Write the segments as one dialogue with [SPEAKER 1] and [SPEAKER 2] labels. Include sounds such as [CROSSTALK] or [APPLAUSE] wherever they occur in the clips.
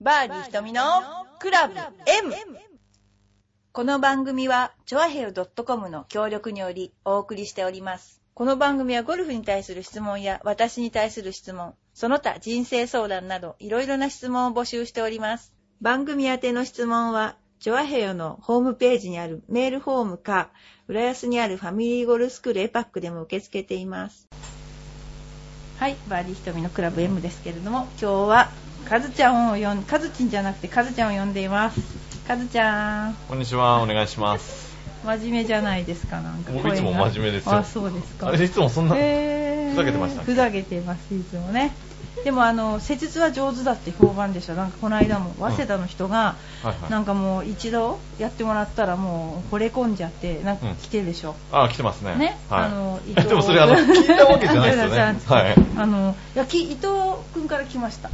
[SPEAKER 1] バーディー瞳のクラブ M! この番組は、チョアヘル .com の協力によりお送りしております。この番組はゴルフに対する質問や私に対する質問、その他人生相談などいろいろな質問を募集しております。番組宛ての質問は、チョアヘヨのホームページにあるメールフォームか、浦安にあるファミリーゴルフスクールエパックでも受け付けています。はい、バーディー瞳のクラブ M ですけれども、今日はカズちゃんを呼ん、カズちんじゃなくてカズちゃんを呼んでいます。カズちゃん、
[SPEAKER 2] こんにちは、お願いします。
[SPEAKER 1] 真面目じゃないですか、なんか声
[SPEAKER 2] 僕
[SPEAKER 1] が。
[SPEAKER 2] いつも真面目ですよ
[SPEAKER 1] あ、そうですか。
[SPEAKER 2] [LAUGHS] あれ、いつもそんな、
[SPEAKER 1] へー
[SPEAKER 2] ふざけてましたっけ
[SPEAKER 1] ふざけてます、いつもね。でも、あの、施術は上手だって評判でした。なんかこの間も、
[SPEAKER 2] うん
[SPEAKER 1] 早稲田の人が、
[SPEAKER 2] はいはい
[SPEAKER 1] なんかもう一度やってもらったらもう惚れ込んじゃって、なんか来てるでしょ。
[SPEAKER 2] あ、来てますね。
[SPEAKER 1] ね
[SPEAKER 2] はい、
[SPEAKER 1] あの伊藤
[SPEAKER 2] でもそれ、
[SPEAKER 1] [LAUGHS]
[SPEAKER 2] あの、聞いたわけじゃないですよ
[SPEAKER 1] じゃあ [LAUGHS]
[SPEAKER 2] ね。
[SPEAKER 1] じゃあ
[SPEAKER 2] はい。
[SPEAKER 1] あのいやき伊藤君から来ました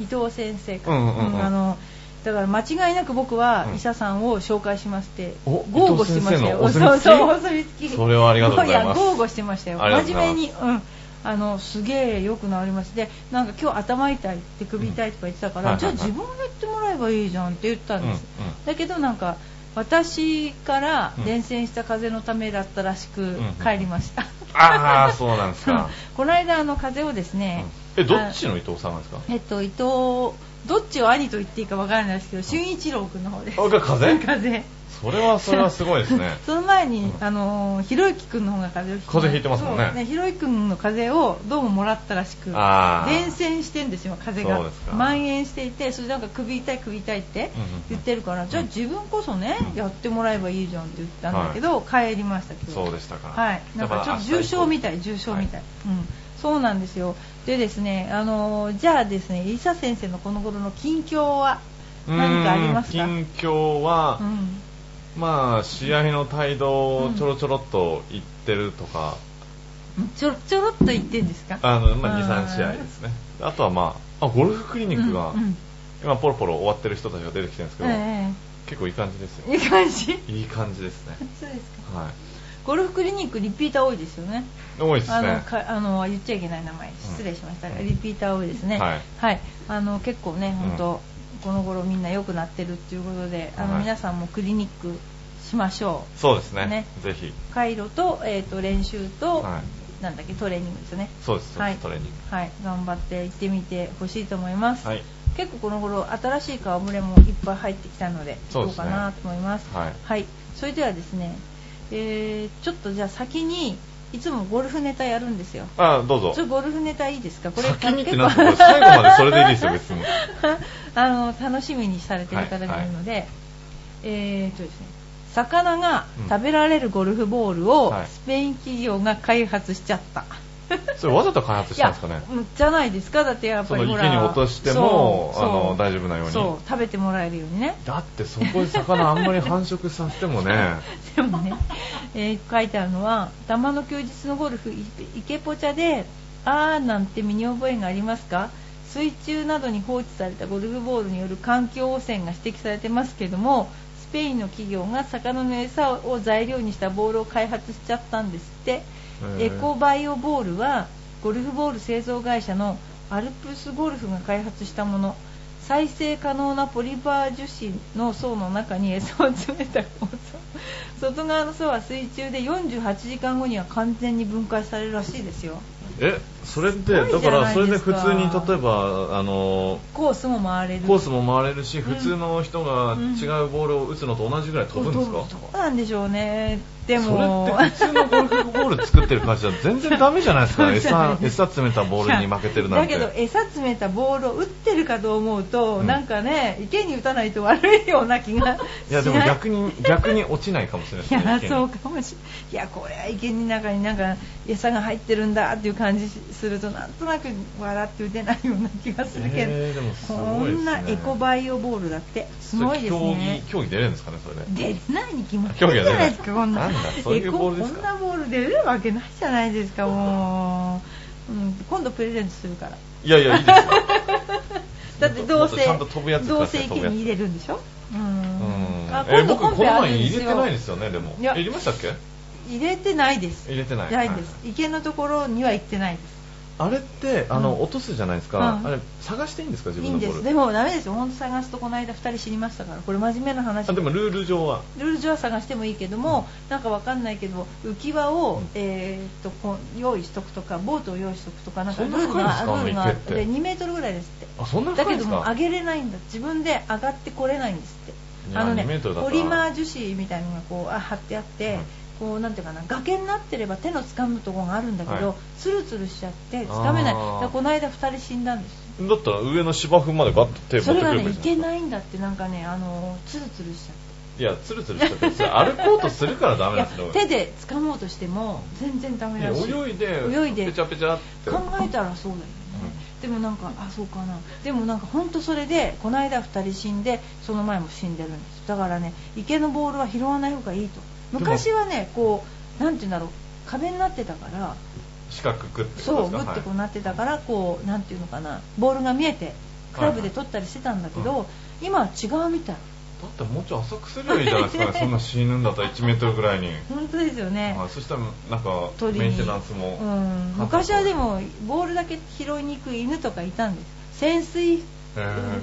[SPEAKER 1] 伊藤先生から、
[SPEAKER 2] うんうんうん
[SPEAKER 1] あのだから間違いなく僕は
[SPEAKER 2] うん
[SPEAKER 1] 伊佐さんを紹介しますって、
[SPEAKER 2] お
[SPEAKER 1] 豪語してましたよ
[SPEAKER 2] 伊藤先生の
[SPEAKER 1] そうそうお
[SPEAKER 2] お墨付き
[SPEAKER 1] 墨付き
[SPEAKER 2] それはありがとうございます
[SPEAKER 1] や豪語してましたよ
[SPEAKER 2] ありがとう
[SPEAKER 1] 真
[SPEAKER 2] ござい
[SPEAKER 1] 面
[SPEAKER 2] ます
[SPEAKER 1] 目にうんあのすげえよくなりましてなんか今日頭痛いって首痛いとか言ってたから、
[SPEAKER 2] うんはいはいはい
[SPEAKER 1] じゃあ自分で言ってもらえばいいじゃんって言ったんです、
[SPEAKER 2] うんうん
[SPEAKER 1] だけどなんか私から
[SPEAKER 2] うん
[SPEAKER 1] 伝染した風邪のためだったらしく
[SPEAKER 2] んうん
[SPEAKER 1] 帰りました、
[SPEAKER 2] ああ、そうなんですか。
[SPEAKER 1] [LAUGHS] この間あの風邪をですね、
[SPEAKER 2] うんえ、どっちの伊藤さんなんですか
[SPEAKER 1] えっと伊藤どっちを兄と言っていいかわからないですけど俊一郎君の方です
[SPEAKER 2] あが風邪
[SPEAKER 1] 風
[SPEAKER 2] それは、それはすごいですね。
[SPEAKER 1] [LAUGHS] その前に、
[SPEAKER 2] うん
[SPEAKER 1] あのーひろゆき君の方が風邪をひ
[SPEAKER 2] 風邪ひいてますもんね
[SPEAKER 1] そうひろゆき君の風邪をどうももらったらしく
[SPEAKER 2] ああ。
[SPEAKER 1] 伝染してんですよ風が
[SPEAKER 2] そうですか
[SPEAKER 1] 蔓延していてそれなんか首痛い首痛いって
[SPEAKER 2] うんうんうん
[SPEAKER 1] 言ってるから、じゃあ自分こそね、
[SPEAKER 2] うん
[SPEAKER 1] やってもらえばいいじゃんって言ったんだけど、帰りましたけど
[SPEAKER 2] そうでしたか。
[SPEAKER 1] はい、なんかちょっと重症みたい、重症みたい、
[SPEAKER 2] は
[SPEAKER 1] うん、そうなんですよ。でですね、あのーじゃあですね、伊佐先生のこの頃の近況は何かありますか？
[SPEAKER 2] う
[SPEAKER 1] うんん、
[SPEAKER 2] 近況は、まあ、試合の態度をちょろちょろっと言ってるとか、
[SPEAKER 1] ちょろちょろっと言ってんですか？
[SPEAKER 2] あの、まあ、2、
[SPEAKER 1] うん
[SPEAKER 2] 3試合ですね。あとは、まあ、あ、ゴルフクリニックが、
[SPEAKER 1] うんうん
[SPEAKER 2] 今ポロポロ終わってる人たちが出てきてるんですけど、
[SPEAKER 1] え
[SPEAKER 2] 結構いい感じです
[SPEAKER 1] え
[SPEAKER 2] よ
[SPEAKER 1] いい感じ。 [LAUGHS]
[SPEAKER 2] いい感じですね
[SPEAKER 1] そうですか。
[SPEAKER 2] は
[SPEAKER 1] ゴルフクリニックリピーター多いですよね。
[SPEAKER 2] い多いです
[SPEAKER 1] あの
[SPEAKER 2] ね
[SPEAKER 1] かあの言っちゃいけない名前失礼しました、リピーター多いですね、
[SPEAKER 2] はい
[SPEAKER 1] あの結構ね、本当、
[SPEAKER 2] うん
[SPEAKER 1] この頃みんな良くなってるっていうことで、あの
[SPEAKER 2] はい
[SPEAKER 1] 皆さんもクリニックしましょ
[SPEAKER 2] そうですね
[SPEAKER 1] ね
[SPEAKER 2] ぜひ
[SPEAKER 1] う、回路と,、えー、と練習と、
[SPEAKER 2] はい
[SPEAKER 1] なんだっけ、トレーニングですね、
[SPEAKER 2] そうです、
[SPEAKER 1] はい
[SPEAKER 2] トレーニン
[SPEAKER 1] はい、頑張って行ってみてほしいと思います、
[SPEAKER 2] グはい
[SPEAKER 1] 結構この頃新しい顔ぶれもいっぱい入ってきたので、
[SPEAKER 2] そう
[SPEAKER 1] 行
[SPEAKER 2] で
[SPEAKER 1] こう
[SPEAKER 2] すね
[SPEAKER 1] かなと思います。
[SPEAKER 2] はい
[SPEAKER 1] はい、それではですね、えーちょっとじゃあ先にいつもゴルフネタやるんですよ。
[SPEAKER 2] あどうぞ
[SPEAKER 1] ちょっとゴルフネタいいですかこれ
[SPEAKER 2] 先にって
[SPEAKER 1] 結構
[SPEAKER 2] なんてこれ最後までそれでいいですよ別に
[SPEAKER 1] [LAUGHS] あの楽しみにされてる方がいるので、えーとですね魚が食べられるゴルフボール
[SPEAKER 2] うん
[SPEAKER 1] を
[SPEAKER 2] はい
[SPEAKER 1] スペイン企業が開発しちゃった、
[SPEAKER 2] それわざと開発したんですかね
[SPEAKER 1] いやじゃないですかだってやっぱり
[SPEAKER 2] その
[SPEAKER 1] ほら
[SPEAKER 2] 池に落としても
[SPEAKER 1] そう
[SPEAKER 2] あの
[SPEAKER 1] そう
[SPEAKER 2] 大丈夫なように
[SPEAKER 1] そう食べてもらえるようにね
[SPEAKER 2] だってそこで魚あんまり繁殖させてもね
[SPEAKER 1] でもね、えー書いてあるのは「玉の休日のゴルフい池ポチャであーなんて身に覚えがありますか?」水中などに放置されたゴルフボールによる環境汚染が指摘されてますけどもスペインの企業が魚の餌を材料にしたボールを開発しちゃったんですって
[SPEAKER 2] へ
[SPEAKER 1] [LAUGHS] エ
[SPEAKER 2] ー
[SPEAKER 1] コバイオボールはゴルフボール製造会社のアルプスゴルフが開発したもの再生可能なポリバー樹脂の層の中に餌を詰めた構造外側の層は水中で48時間後には完全に分解されるらしいですよ
[SPEAKER 2] えそれっ
[SPEAKER 1] す
[SPEAKER 2] て
[SPEAKER 1] ご
[SPEAKER 2] だ
[SPEAKER 1] いじ
[SPEAKER 2] か
[SPEAKER 1] ゃな
[SPEAKER 2] ら
[SPEAKER 1] い
[SPEAKER 2] それで
[SPEAKER 1] です
[SPEAKER 2] 普
[SPEAKER 1] か
[SPEAKER 2] 通に例えばあの
[SPEAKER 1] コースも回れる
[SPEAKER 2] コースも回れるし普通の人が違うボールを打つのと同じぐらい飛ぶんですか、
[SPEAKER 1] どうなんでしょうねでも
[SPEAKER 2] それって普通のゴルフボール作ってる会社全然ダメじゃないですか
[SPEAKER 1] [LAUGHS] そうじゃない
[SPEAKER 2] 餌餌詰めたボールに負けてるなんて
[SPEAKER 1] だけど餌詰めたボールを打ってるかと思うと、
[SPEAKER 2] うん
[SPEAKER 1] なんかね池に打たないと悪いような気がしない
[SPEAKER 2] いやでも逆に逆に落ちないかもしれない
[SPEAKER 1] いや
[SPEAKER 2] ですね池に
[SPEAKER 1] そうかもしれないやこれは池の中になんか餌が入ってるんだっていう感じするとなんとなく笑って打てないような気がするけど、
[SPEAKER 2] えーでもす
[SPEAKER 1] こ
[SPEAKER 2] ごいですね
[SPEAKER 1] んなエコバイオボールだってすごいですね
[SPEAKER 2] それ競技競技出れるんですかねそれで
[SPEAKER 1] 出ないに決まって
[SPEAKER 2] 競
[SPEAKER 1] る
[SPEAKER 2] 技
[SPEAKER 1] じ
[SPEAKER 2] は
[SPEAKER 1] ゃ
[SPEAKER 2] 出ない
[SPEAKER 1] ないですかこんな
[SPEAKER 2] [LAUGHS] なんだそういう
[SPEAKER 1] エコ
[SPEAKER 2] ボールですか
[SPEAKER 1] こんなボール出れるわけないじゃないですかもう、うん、今度プレゼントするから
[SPEAKER 2] いやいやいいですよ
[SPEAKER 1] [LAUGHS] だってどう
[SPEAKER 2] もっと
[SPEAKER 1] せ
[SPEAKER 2] ちゃんと飛ぶやつ
[SPEAKER 1] どう
[SPEAKER 2] 使
[SPEAKER 1] せ
[SPEAKER 2] って
[SPEAKER 1] 池
[SPEAKER 2] 飛ぶやつ
[SPEAKER 1] に入れるんでしょう
[SPEAKER 2] うん
[SPEAKER 1] んあ
[SPEAKER 2] え
[SPEAKER 1] 今度
[SPEAKER 2] 僕
[SPEAKER 1] コン
[SPEAKER 2] こ
[SPEAKER 1] ペ
[SPEAKER 2] の
[SPEAKER 1] ある
[SPEAKER 2] 前
[SPEAKER 1] んで
[SPEAKER 2] 入
[SPEAKER 1] す
[SPEAKER 2] れ
[SPEAKER 1] よ
[SPEAKER 2] てないですよねでも
[SPEAKER 1] いや
[SPEAKER 2] 入れましたっけ
[SPEAKER 1] 入れてないです
[SPEAKER 2] 入れてない
[SPEAKER 1] ないです、
[SPEAKER 2] は
[SPEAKER 1] 池のところには行ってないです
[SPEAKER 2] あれってあの、
[SPEAKER 1] うん
[SPEAKER 2] 落とすじゃないですか、
[SPEAKER 1] うん
[SPEAKER 2] あれ探していいんですか自
[SPEAKER 1] いい
[SPEAKER 2] 分
[SPEAKER 1] ん
[SPEAKER 2] のボ
[SPEAKER 1] で
[SPEAKER 2] ー
[SPEAKER 1] す
[SPEAKER 2] ル
[SPEAKER 1] でもダメですよ本当探すとこの間2人知りましたからこれ真面目な話
[SPEAKER 2] あでもルール上は
[SPEAKER 1] ルール上は探してもいいけども、なんかわかんないけども浮き輪を、えーっとこう用意しとくとかボートを用意しとくとかなんか
[SPEAKER 2] そ
[SPEAKER 1] ル
[SPEAKER 2] ん
[SPEAKER 1] ー
[SPEAKER 2] な深い
[SPEAKER 1] ルが
[SPEAKER 2] んですか
[SPEAKER 1] ルールがあって
[SPEAKER 2] あの池って
[SPEAKER 1] 2メートルぐらいですって
[SPEAKER 2] あそんな
[SPEAKER 1] だ
[SPEAKER 2] 深
[SPEAKER 1] け
[SPEAKER 2] いんで
[SPEAKER 1] ど
[SPEAKER 2] す
[SPEAKER 1] も
[SPEAKER 2] か
[SPEAKER 1] 上げれないんだ自分で上がってこれないんですって
[SPEAKER 2] いや
[SPEAKER 1] あのね
[SPEAKER 2] 2メートルだった
[SPEAKER 1] ポ
[SPEAKER 2] ら
[SPEAKER 1] リマー樹脂みたいなのがこうあ貼ってあって、
[SPEAKER 2] うん
[SPEAKER 1] こうなんていうかな崖になってれば手の掴むところがあるんだけど、
[SPEAKER 2] はい
[SPEAKER 1] ツルツルしちゃって掴めない
[SPEAKER 2] あ
[SPEAKER 1] だ
[SPEAKER 2] ー
[SPEAKER 1] からこの間2人死んだんですよ
[SPEAKER 2] だったら上の芝生までガッと手を
[SPEAKER 1] そ
[SPEAKER 2] 持っ
[SPEAKER 1] れ
[SPEAKER 2] てく
[SPEAKER 1] がね
[SPEAKER 2] れば
[SPEAKER 1] い
[SPEAKER 2] いいじ
[SPEAKER 1] け
[SPEAKER 2] ゃん
[SPEAKER 1] ないんだってなんかねあのツルツルしちゃって。
[SPEAKER 2] いやツルツルしててそれ歩こうとするからダメ
[SPEAKER 1] い
[SPEAKER 2] な
[SPEAKER 1] や
[SPEAKER 2] んですよ
[SPEAKER 1] 手で掴もうとしても全然ダメらしい
[SPEAKER 2] 泳いで
[SPEAKER 1] 泳いで
[SPEAKER 2] ペチャペチャって
[SPEAKER 1] 考えたらそうだよね、でもなんかあそうかなでもなんか本当それでこの間2人死んでその前も死んでるんですだからね池のボールは拾わない方がいいと
[SPEAKER 2] も
[SPEAKER 1] 昔はねこうなんて言うんだろう壁になってたから
[SPEAKER 2] 四角くってこと
[SPEAKER 1] そう
[SPEAKER 2] で
[SPEAKER 1] グ
[SPEAKER 2] すか
[SPEAKER 1] ッてこう
[SPEAKER 2] はい
[SPEAKER 1] なってたからこうなんていうのかなボールが見えてクラブで取ったりしてたんだけど、
[SPEAKER 2] はい
[SPEAKER 1] 今は違うみたい
[SPEAKER 2] だってもうちょい浅くすればいいじゃないですかねそんな死ぬんだったら1メートルぐらいに、
[SPEAKER 1] 本当ですよね、
[SPEAKER 2] はい、そしたらなんか
[SPEAKER 1] 鳥に
[SPEAKER 2] メンテナンスも、
[SPEAKER 1] うん、昔はでもボールだけ拾いに行く犬とかいたんです潜水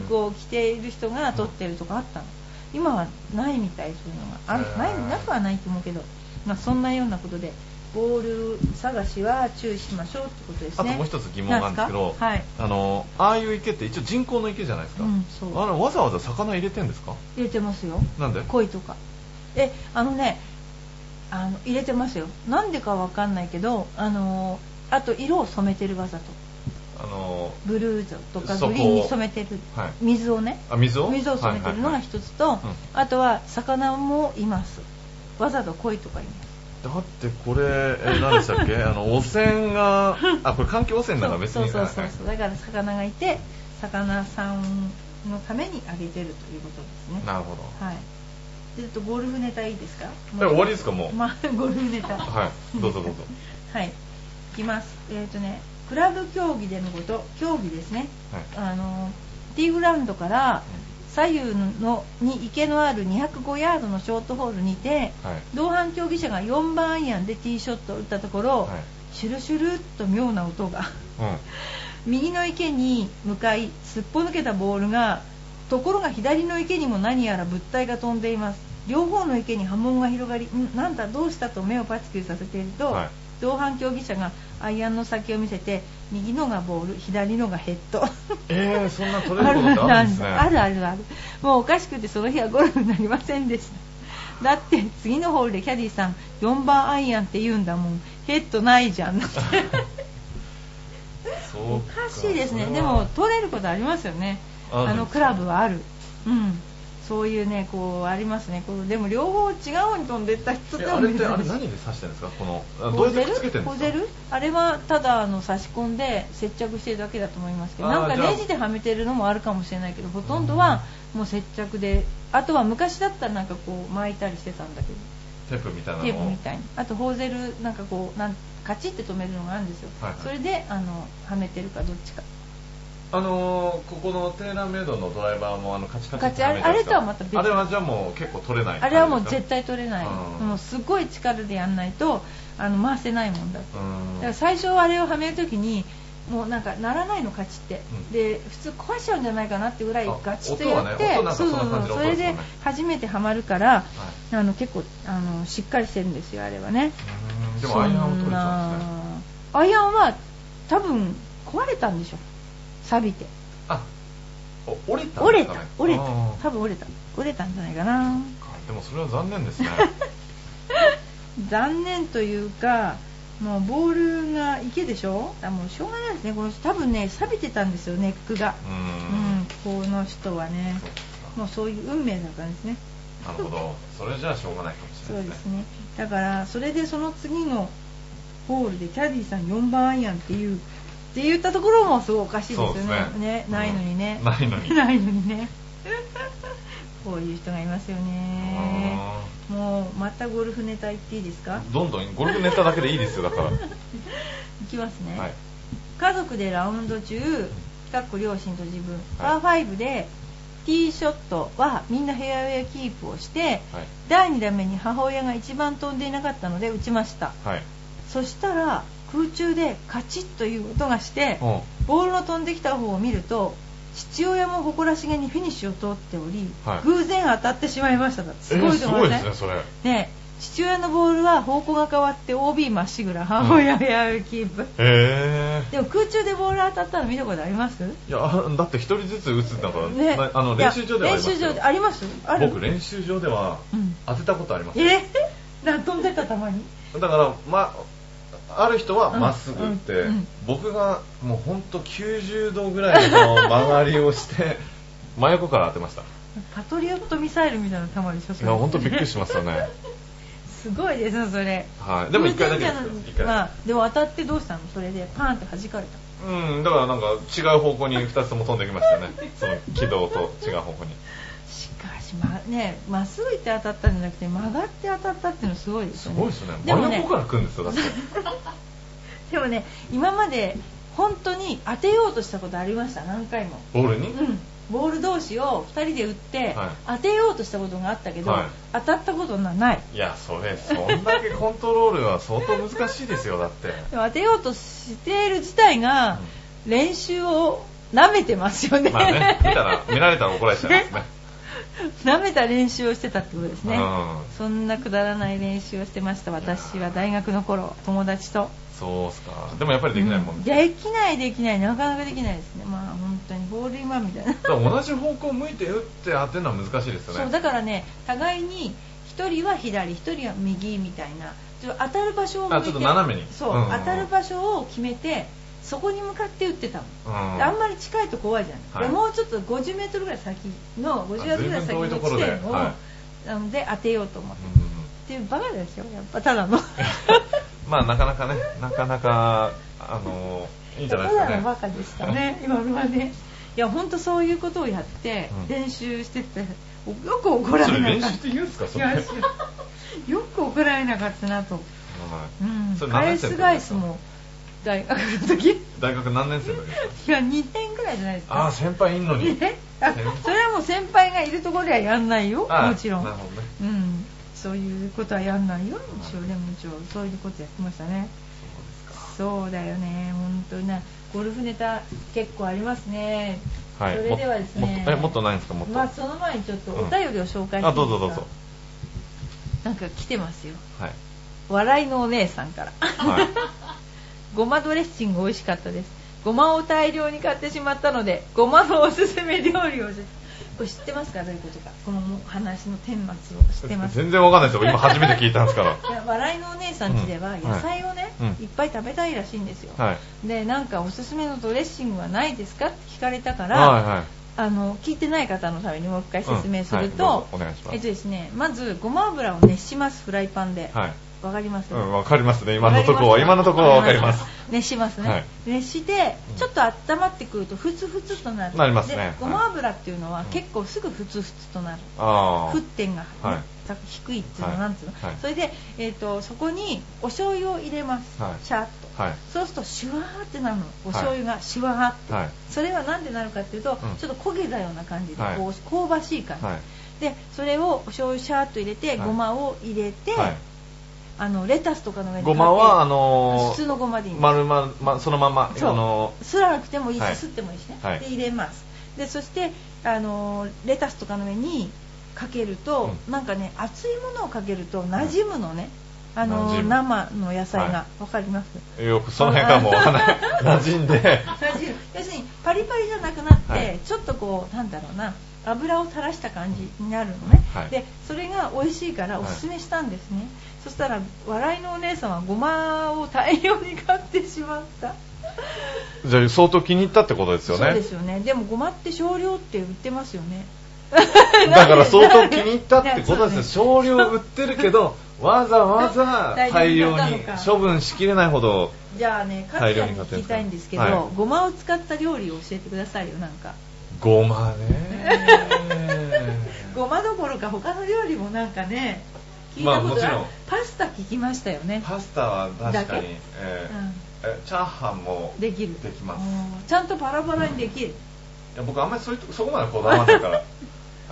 [SPEAKER 1] 服を着ている人が取ってるとかあったの今はないみたいそういうのがある
[SPEAKER 2] へー
[SPEAKER 1] ないなくはないと思うけど、まあ、そんなようなことでボール探しは注意しましょうってことです
[SPEAKER 2] あと
[SPEAKER 1] ね
[SPEAKER 2] もう一つ疑問なんです
[SPEAKER 1] なん
[SPEAKER 2] けど
[SPEAKER 1] すかはい
[SPEAKER 2] あのああいう池って一応人工の池じゃないですか、
[SPEAKER 1] うんそう
[SPEAKER 2] あのわざわざ魚入れてんですか
[SPEAKER 1] 入れてますよ
[SPEAKER 2] なんで
[SPEAKER 1] 恋とかえあのねあの入れてますよなんでかわかんないけどあのーあと色を染めてるわざと
[SPEAKER 2] あの
[SPEAKER 1] ブルーズとか
[SPEAKER 2] そこを
[SPEAKER 1] グリーンに染めてる、
[SPEAKER 2] はい
[SPEAKER 1] 水をね
[SPEAKER 2] あ水を
[SPEAKER 1] 水を染めてるの
[SPEAKER 2] はい
[SPEAKER 1] が
[SPEAKER 2] はいはい
[SPEAKER 1] 一つと、あとは魚もいますわざと鯉とかいます
[SPEAKER 2] だってこれえ何でしたっけあの汚染があこれ環境汚染だから別に
[SPEAKER 1] そうそうそうそう
[SPEAKER 2] はい
[SPEAKER 1] だから魚がいて魚さんのためにあげてるということですね
[SPEAKER 2] なるほど
[SPEAKER 1] はいでちょっとゴルフネタいいですか
[SPEAKER 2] え終わりですかもう
[SPEAKER 1] まあ、ゴルフネタ
[SPEAKER 2] はいどうぞどうぞ
[SPEAKER 1] [LAUGHS] はいいきますえっ、とねクラブ競技でのこと競技ですね
[SPEAKER 2] はい
[SPEAKER 1] あのティーグラウンドから左右のに池のある205ヤードのショートホールにて、
[SPEAKER 2] はい
[SPEAKER 1] 同伴競技者が4番アイアンでティーショットを打ったところ、
[SPEAKER 2] はい
[SPEAKER 1] シュルシュルっと妙な音が [LAUGHS]
[SPEAKER 2] うん
[SPEAKER 1] 右の池に向かいすっぽ抜けたボールがところが左の池にも何やら物体が飛んでいます両方の池に波紋が広がりんなんだどうしたと目をパチクリさせていると、
[SPEAKER 2] はい
[SPEAKER 1] 同伴競技者がアイアンの先を見せて右のがボール左のがヘッド [LAUGHS]
[SPEAKER 2] えー、そんな取
[SPEAKER 1] あ
[SPEAKER 2] れる
[SPEAKER 1] る
[SPEAKER 2] ことってあ
[SPEAKER 1] あ
[SPEAKER 2] る
[SPEAKER 1] る
[SPEAKER 2] んですね
[SPEAKER 1] あるあるあるもうおかしくてその日はゴルフになりませんでしただって次のホールでキャディーさん4番アイアンって言うんだもんヘッドないじゃん
[SPEAKER 2] そう
[SPEAKER 1] おかしいですね
[SPEAKER 2] それ
[SPEAKER 1] で
[SPEAKER 2] は
[SPEAKER 1] も取れることありますよね
[SPEAKER 2] あるんで
[SPEAKER 1] あ
[SPEAKER 2] す
[SPEAKER 1] のクラブはあるうんそういうねこうありますねこうでも両方違う方に飛んでった人
[SPEAKER 2] え
[SPEAKER 1] と
[SPEAKER 2] あ
[SPEAKER 1] は
[SPEAKER 2] れっ
[SPEAKER 1] 珍してい
[SPEAKER 2] あれ何で刺してるんですかこのあどう
[SPEAKER 1] ホ
[SPEAKER 2] やっ
[SPEAKER 1] ゼ
[SPEAKER 2] て
[SPEAKER 1] ル
[SPEAKER 2] くっつけてるんですか
[SPEAKER 1] ホゼルあれはただあの差し込んで接着してるだけだと思いますけど
[SPEAKER 2] あー
[SPEAKER 1] なんか
[SPEAKER 2] じゃあ
[SPEAKER 1] ネジではめてるのもあるかもしれないけどほとんどはもう接着であとは昔だったらなんかこう巻いたりしてたんだけど
[SPEAKER 2] テープみたいなのを
[SPEAKER 1] テープみたいにあとホーゼルなんかこうなんカチッて止めるのがあるんですよ、
[SPEAKER 2] はいはい
[SPEAKER 1] それであのはめてるかどっちか
[SPEAKER 2] あのー、ここのテーラーメイドのドライバーもあのカチカチって
[SPEAKER 1] カチあれ
[SPEAKER 2] はめてるん
[SPEAKER 1] あれ
[SPEAKER 2] ですか
[SPEAKER 1] とはまた別
[SPEAKER 2] あれはじゃあもう結構取れない
[SPEAKER 1] あれはもう
[SPEAKER 2] 感じで
[SPEAKER 1] 絶
[SPEAKER 2] すか
[SPEAKER 1] 対取れない、
[SPEAKER 2] うん
[SPEAKER 1] もうすごい力でやんないとあの回せないもんだって
[SPEAKER 2] うーん
[SPEAKER 1] だから最初あれをはめるときにもうなんかならないの勝ちって、
[SPEAKER 2] うん
[SPEAKER 1] で普通壊しちゃうんじゃないかなってぐらい
[SPEAKER 2] あ
[SPEAKER 1] ガチッとやって、
[SPEAKER 2] 音はね音なんかそんな感じの
[SPEAKER 1] そ
[SPEAKER 2] 音
[SPEAKER 1] れ
[SPEAKER 2] ですよ
[SPEAKER 1] で
[SPEAKER 2] ね
[SPEAKER 1] 初めてはまるから、あの結構あのしっかりしてるんですよあれはね
[SPEAKER 2] うーんでもアイアンを取れちゃうんですね
[SPEAKER 1] そんなアイアンは多分壊れたんでしょ錆びて
[SPEAKER 2] あお折れたん
[SPEAKER 1] 折
[SPEAKER 2] で
[SPEAKER 1] れ
[SPEAKER 2] す
[SPEAKER 1] た
[SPEAKER 2] かね
[SPEAKER 1] 折れ
[SPEAKER 2] あ
[SPEAKER 1] た
[SPEAKER 2] ー
[SPEAKER 1] 多分折れた折れたんじゃないかな
[SPEAKER 2] でもそれは残念ですね
[SPEAKER 1] 残念というかもうボールが池でしょあもうしょうがないですねこの人多分ね錆びてたんですよネックが
[SPEAKER 2] うー
[SPEAKER 1] [LAUGHS] うん
[SPEAKER 2] ん、
[SPEAKER 1] この人はねもうそういう運命だったんですね
[SPEAKER 2] なるほどそれじゃあしょうがないかもし
[SPEAKER 1] そ
[SPEAKER 2] れな
[SPEAKER 1] う
[SPEAKER 2] い
[SPEAKER 1] で
[SPEAKER 2] です
[SPEAKER 1] す
[SPEAKER 2] ね
[SPEAKER 1] ねだからそれでその次のホールでキャディーさん4番アイアンっていうって言ったところもすごいおかしいですよ
[SPEAKER 2] そう
[SPEAKER 1] ね
[SPEAKER 2] ですねうん
[SPEAKER 1] ないのにね、
[SPEAKER 2] ないの
[SPEAKER 1] [LAUGHS]
[SPEAKER 2] に
[SPEAKER 1] ないのにねこういう人がいますよねもうまたゴルフネタ言っていいですか
[SPEAKER 2] どんどんゴルフネタだけでいいですよだから
[SPEAKER 1] [LAUGHS] いきますね、
[SPEAKER 2] はい
[SPEAKER 1] 家族でラウンド中かっこ両親と自分パー5でティーショットはみんなフェアウェイキープをして、
[SPEAKER 2] はい
[SPEAKER 1] 第2打目に母親が一番飛んでいなかったので打ちました
[SPEAKER 2] はい
[SPEAKER 1] そしたら空中でカチッという音がして
[SPEAKER 2] うんは
[SPEAKER 1] ボールの飛んできた方を見ると父親も誇らしげにフィニッシュを通っており、
[SPEAKER 2] はい
[SPEAKER 1] 偶然当たってしまいましただって
[SPEAKER 2] い。
[SPEAKER 1] すごいと思い
[SPEAKER 2] え
[SPEAKER 1] ま
[SPEAKER 2] ー
[SPEAKER 1] せ
[SPEAKER 2] す
[SPEAKER 1] ん
[SPEAKER 2] ごいですね、それ。
[SPEAKER 1] ねえ父親のボールは方向が変わって OB まっしぐら母親やるキープ、
[SPEAKER 2] え
[SPEAKER 1] でも空中でボール当たったの見たことあります
[SPEAKER 2] ー。いや、 [LAUGHS] あだって一人ずつ打つんだから、
[SPEAKER 1] ね
[SPEAKER 2] なあの練習場ではありま
[SPEAKER 1] い
[SPEAKER 2] す
[SPEAKER 1] や練習場で
[SPEAKER 2] よ。
[SPEAKER 1] ありますある
[SPEAKER 2] 僕、練習場では
[SPEAKER 1] うん
[SPEAKER 2] 当てたことありますよ。
[SPEAKER 1] えな飛んでたたまに
[SPEAKER 2] だから、ま、ある人はまっすぐ打って、
[SPEAKER 1] うんうん
[SPEAKER 2] 僕がもうほんと90度ぐらいの曲がりをして、 [LAUGHS] 真横から当てました。
[SPEAKER 1] パトリオットミサイルみたいな弾でしょそ
[SPEAKER 2] い
[SPEAKER 1] れ
[SPEAKER 2] や、ほんとびっくりしましたね。
[SPEAKER 1] [LAUGHS] すごいですねそれ
[SPEAKER 2] はい。でも一回だけですよ
[SPEAKER 1] 偶然じゃない
[SPEAKER 2] 一回だけ。
[SPEAKER 1] まあ、でも当たってどうしたのそれでパーンって弾かれ
[SPEAKER 2] うん、だからなんか違う方向に2つとも飛んできましたね。その軌道と違う方向に。
[SPEAKER 1] たしかしまねまっすぐ行って当たったんじゃなくて曲がって当たったっていうのすごいです
[SPEAKER 2] す
[SPEAKER 1] よね
[SPEAKER 2] ごいですね。
[SPEAKER 1] でも
[SPEAKER 2] 真
[SPEAKER 1] ね
[SPEAKER 2] 横から来るんですよ、だって。
[SPEAKER 1] でもね今まで本当に当てようとしたことありました何回も
[SPEAKER 2] ボールに、
[SPEAKER 1] うんボール同士を2人で打って、
[SPEAKER 2] はい
[SPEAKER 1] 当てようとしたことがあったけど、
[SPEAKER 2] はい
[SPEAKER 1] 当たったことはない
[SPEAKER 2] いや、それ、そんだけコントロールは相当難しいですよ、だって。
[SPEAKER 1] でも当てようとしている自体が練習を舐めてますよね,、
[SPEAKER 2] まあね、見たら、見られたら怒られちゃい
[SPEAKER 1] [LAUGHS]
[SPEAKER 2] ますね。
[SPEAKER 1] 舐めた練習をしてたってことですね、
[SPEAKER 2] うん
[SPEAKER 1] そんなくだらない練習をしてました私は大学の頃友達と
[SPEAKER 2] そうっすか。でもやっぱりできないもん
[SPEAKER 1] うん
[SPEAKER 2] ね。
[SPEAKER 1] できないできないなかなかできないですねまあ本当にボール今みたいな
[SPEAKER 2] だから同じ方向向いて打って当てるのは難しいですよね。
[SPEAKER 1] そうだからね互いに1人は左1人は右みたいなちょっと当たる場所を向いて
[SPEAKER 2] あちょっと斜めに
[SPEAKER 1] そう、
[SPEAKER 2] うんうんうん
[SPEAKER 1] 当たる場所を決めてそこに向かって打ってたの、
[SPEAKER 2] うん
[SPEAKER 1] であんまり近いと怖いじゃない、
[SPEAKER 2] はい
[SPEAKER 1] でもうちょっと 50m ぐらい先の50ヤードぐらい先の
[SPEAKER 2] あ随分遠いとこ
[SPEAKER 1] 地
[SPEAKER 2] ろで
[SPEAKER 1] 点を
[SPEAKER 2] は
[SPEAKER 1] なので当てようと思って、
[SPEAKER 2] うんうん
[SPEAKER 1] っていうバカですよやっぱた
[SPEAKER 2] [LAUGHS]
[SPEAKER 1] だの
[SPEAKER 2] まあ、なかなかね、なかなか、あのいいんじゃないですか
[SPEAKER 1] ただ
[SPEAKER 2] ね。
[SPEAKER 1] のバカでしたね今のはねいや本当そういうことをやって、
[SPEAKER 2] うん
[SPEAKER 1] 練習しててよく怒ら
[SPEAKER 2] そ
[SPEAKER 1] れ
[SPEAKER 2] れ
[SPEAKER 1] な
[SPEAKER 2] 練
[SPEAKER 1] か
[SPEAKER 2] 習
[SPEAKER 1] っ
[SPEAKER 2] ったて言うんですか、そ
[SPEAKER 1] い
[SPEAKER 2] れ。
[SPEAKER 1] やいやよく怒られなかったなと、
[SPEAKER 2] はい
[SPEAKER 1] うん、
[SPEAKER 2] それ
[SPEAKER 1] 返
[SPEAKER 2] 何年生
[SPEAKER 1] す
[SPEAKER 2] の時ですか
[SPEAKER 1] 返すも大学の時 [LAUGHS] い
[SPEAKER 2] 大学何年生の時ですか
[SPEAKER 1] や2点ぐらいじゃないです
[SPEAKER 2] あ
[SPEAKER 1] か
[SPEAKER 2] あ、先輩いんのに。
[SPEAKER 1] ねあそれはもう先輩がいるところではやんないよ
[SPEAKER 2] ああ
[SPEAKER 1] もちろん、
[SPEAKER 2] なるほどね
[SPEAKER 1] うん、そういうことはやんないよ一応でも一応そういうことやってましたねそうだよね本当になゴルフネタ結構ありますね
[SPEAKER 2] はい。
[SPEAKER 1] それではです
[SPEAKER 2] もっ
[SPEAKER 1] ね
[SPEAKER 2] とえもっとないんですか、もっと。
[SPEAKER 1] まあその前にちょっとお便りを紹介していいですか、
[SPEAKER 2] あ、どうぞどうぞ。
[SPEAKER 1] なんか来てますよ
[SPEAKER 2] はい。
[SPEAKER 1] 笑いのお姉さんから
[SPEAKER 2] はい。
[SPEAKER 1] [LAUGHS] ごまドレッシング美味しかったですごまを大量に買ってしまったのでごまのおすすめ料理をしこれ知ってますかどういうことかこの話の顛末を知ってます
[SPEAKER 2] 全然わかんないですよ。今初めて聞いたんですから。
[SPEAKER 1] [LAUGHS] いや笑いのお姉さん家では
[SPEAKER 2] うん
[SPEAKER 1] 野菜をね、、
[SPEAKER 2] はいい
[SPEAKER 1] っぱい食べたいらしいんですよ、
[SPEAKER 2] はい。
[SPEAKER 1] でなんかおすすめのドレッシングはないですかって聞かれたから、
[SPEAKER 2] はいはい。
[SPEAKER 1] あの聞いてない方のためにもう一回説明すると、
[SPEAKER 2] うんはいどうぞお願いします
[SPEAKER 1] えっとですねまずごま油を熱しますフライパンでわ、
[SPEAKER 2] はい。
[SPEAKER 1] かります
[SPEAKER 2] うん、わかりますね。今のところは、今のところはわかります。
[SPEAKER 1] 熱しますね、
[SPEAKER 2] はい
[SPEAKER 1] 熱して
[SPEAKER 2] うん
[SPEAKER 1] ちょっと温まってくるとふつふつとなる
[SPEAKER 2] なりますね
[SPEAKER 1] で
[SPEAKER 2] はい
[SPEAKER 1] ごま油っていうのは結構すぐふつふつとなる、
[SPEAKER 2] ああ
[SPEAKER 1] 沸。点が
[SPEAKER 2] はい
[SPEAKER 1] 低いっていう
[SPEAKER 2] は
[SPEAKER 1] の
[SPEAKER 2] い
[SPEAKER 1] なんていうの、
[SPEAKER 2] はい
[SPEAKER 1] それで、えー、とそこにお醤油を入れます、
[SPEAKER 2] はい
[SPEAKER 1] シャーッと
[SPEAKER 2] はい。
[SPEAKER 1] そうするとシュワーってなるのお醤油がシュワーって、
[SPEAKER 2] はい
[SPEAKER 1] それはなんでなるかっていうと、
[SPEAKER 2] うん
[SPEAKER 1] ちょっと焦げたような感じで、
[SPEAKER 2] はい
[SPEAKER 1] こう香ばしい感じ、
[SPEAKER 2] はい。
[SPEAKER 1] でそれをお醤油シャーッと入れて、
[SPEAKER 2] はい
[SPEAKER 1] ごまを入れて、
[SPEAKER 2] はい
[SPEAKER 1] あのレタスとかの上に
[SPEAKER 2] ごまは、あの
[SPEAKER 1] 普通のごまでいいんです
[SPEAKER 2] 丸ま、ま、そのまま、あ
[SPEAKER 1] そう
[SPEAKER 2] の
[SPEAKER 1] すらなくてもいいし、
[SPEAKER 2] はい
[SPEAKER 1] すってもいいしね、
[SPEAKER 2] はい
[SPEAKER 1] で入れますでそして、あのーレタスとかの上にかけると、
[SPEAKER 2] うん
[SPEAKER 1] なんかね熱いものをかけると馴染むのね、あのー
[SPEAKER 2] 馴染む
[SPEAKER 1] 生の野菜がわ
[SPEAKER 2] は、
[SPEAKER 1] かります
[SPEAKER 2] よくその辺からもう、
[SPEAKER 1] [LAUGHS]
[SPEAKER 2] 馴染んで、
[SPEAKER 1] 馴染む要するにパリパリじゃなくなって、
[SPEAKER 2] はい
[SPEAKER 1] ちょっとこうなんだろうな油を垂らした感じになるのね、
[SPEAKER 2] はい
[SPEAKER 1] でそれが美味しいからおすすめしたんですね、そしたら笑いのお姉さんはごまを大量に買ってしまった
[SPEAKER 2] じゃあ相当気に入ったってことですよね。
[SPEAKER 1] そうですよねでもごまって少量って売ってますよね
[SPEAKER 2] だから相当気に入ったってこと
[SPEAKER 1] いや
[SPEAKER 2] ですね。少量売ってるけど、わざ
[SPEAKER 1] [LAUGHS]
[SPEAKER 2] わざ大量に処分しきれないほど、
[SPEAKER 1] じゃあねカズちゃんに
[SPEAKER 2] 大量に買った
[SPEAKER 1] 聞
[SPEAKER 2] や
[SPEAKER 1] き
[SPEAKER 2] つ
[SPEAKER 1] たいんですけど、
[SPEAKER 2] は
[SPEAKER 1] ごまを使った料理を教えてくださいよなんか
[SPEAKER 2] ごまね。
[SPEAKER 1] [LAUGHS] ごまどころか他の料理もなんかね聞い
[SPEAKER 2] ま
[SPEAKER 1] た
[SPEAKER 2] あ
[SPEAKER 1] ことある、
[SPEAKER 2] もち
[SPEAKER 1] パスタ聞きましたよね、
[SPEAKER 2] パスタは確か
[SPEAKER 1] だ
[SPEAKER 2] に
[SPEAKER 1] け、
[SPEAKER 2] えーえチャーハンも
[SPEAKER 1] うん、できる
[SPEAKER 2] できま
[SPEAKER 1] う
[SPEAKER 2] す。
[SPEAKER 1] んちゃんとバラバラにできる、
[SPEAKER 2] いや僕あんまりそういうとそこまでこだわらないから、あ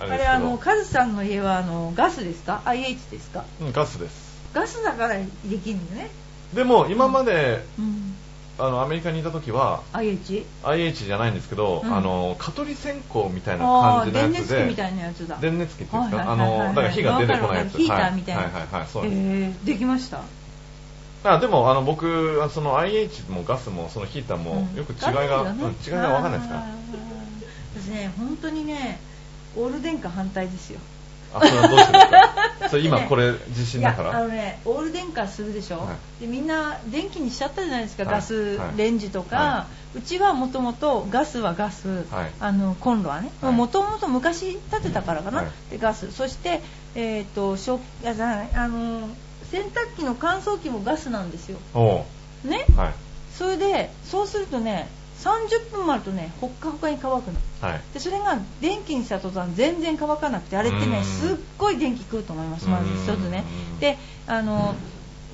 [SPEAKER 1] [LAUGHS] あ
[SPEAKER 2] れで
[SPEAKER 1] れ
[SPEAKER 2] す
[SPEAKER 1] あ
[SPEAKER 2] け
[SPEAKER 1] の
[SPEAKER 2] ど
[SPEAKER 1] カズさんの家はあのガスですか IH ですか
[SPEAKER 2] うん。ガスです。
[SPEAKER 1] ガスだからできるのね
[SPEAKER 2] でも今まで、
[SPEAKER 1] うん。
[SPEAKER 2] あのアメリカにいた時は
[SPEAKER 1] IH?
[SPEAKER 2] IH じゃないんですけど、
[SPEAKER 1] うん
[SPEAKER 2] あの蚊取り線香みたいな
[SPEAKER 1] あ
[SPEAKER 2] 感
[SPEAKER 1] あ
[SPEAKER 2] じ
[SPEAKER 1] ー、
[SPEAKER 2] のや
[SPEAKER 1] 電
[SPEAKER 2] つ
[SPEAKER 1] 熱器み
[SPEAKER 2] で
[SPEAKER 1] たいなやつだ。
[SPEAKER 2] 電熱器っていうんですか
[SPEAKER 1] は
[SPEAKER 2] あ
[SPEAKER 1] いはいはい
[SPEAKER 2] の
[SPEAKER 1] はい
[SPEAKER 2] だから火が出てこ
[SPEAKER 1] わかる
[SPEAKER 2] ないやつ
[SPEAKER 1] わかるヒーターみたいな
[SPEAKER 2] はいはいはいはいそうです、
[SPEAKER 1] えー、できました。
[SPEAKER 2] あでもあの僕その IH もガスもそのヒーターもよく違いが、
[SPEAKER 1] うん
[SPEAKER 2] うん違いが分かんないです
[SPEAKER 1] あ
[SPEAKER 2] から
[SPEAKER 1] ー私ね、本当にね、オール電化反対ですよ。
[SPEAKER 2] あそれはどうしてです
[SPEAKER 1] [LAUGHS]
[SPEAKER 2] かそれ今これ自信
[SPEAKER 1] い
[SPEAKER 2] だ
[SPEAKER 1] や
[SPEAKER 2] か
[SPEAKER 1] あ
[SPEAKER 2] ら
[SPEAKER 1] のね、オール電化するでしょ、
[SPEAKER 2] は
[SPEAKER 1] でみんな電気にしちゃったじゃないですか、
[SPEAKER 2] はい
[SPEAKER 1] ガス
[SPEAKER 2] はい
[SPEAKER 1] レンジとか、
[SPEAKER 2] は
[SPEAKER 1] うちはもともとガスはガス、
[SPEAKER 2] はい
[SPEAKER 1] あのコンロはね
[SPEAKER 2] はい
[SPEAKER 1] もともと昔建てたからかな、
[SPEAKER 2] はい
[SPEAKER 1] でガスそして、えー、と食いやじゃないあの洗濯機の乾燥機もガスなんですよ、
[SPEAKER 2] お
[SPEAKER 1] ね
[SPEAKER 2] うはい
[SPEAKER 1] それでそうするとね30分もあるとねほっかほかに乾くの。
[SPEAKER 2] はい
[SPEAKER 1] でそれが電気にした途端全然乾かなくてあれって
[SPEAKER 2] う
[SPEAKER 1] ね
[SPEAKER 2] ん
[SPEAKER 1] すっごい電気食うと思いますまず一つね
[SPEAKER 2] うん
[SPEAKER 1] であの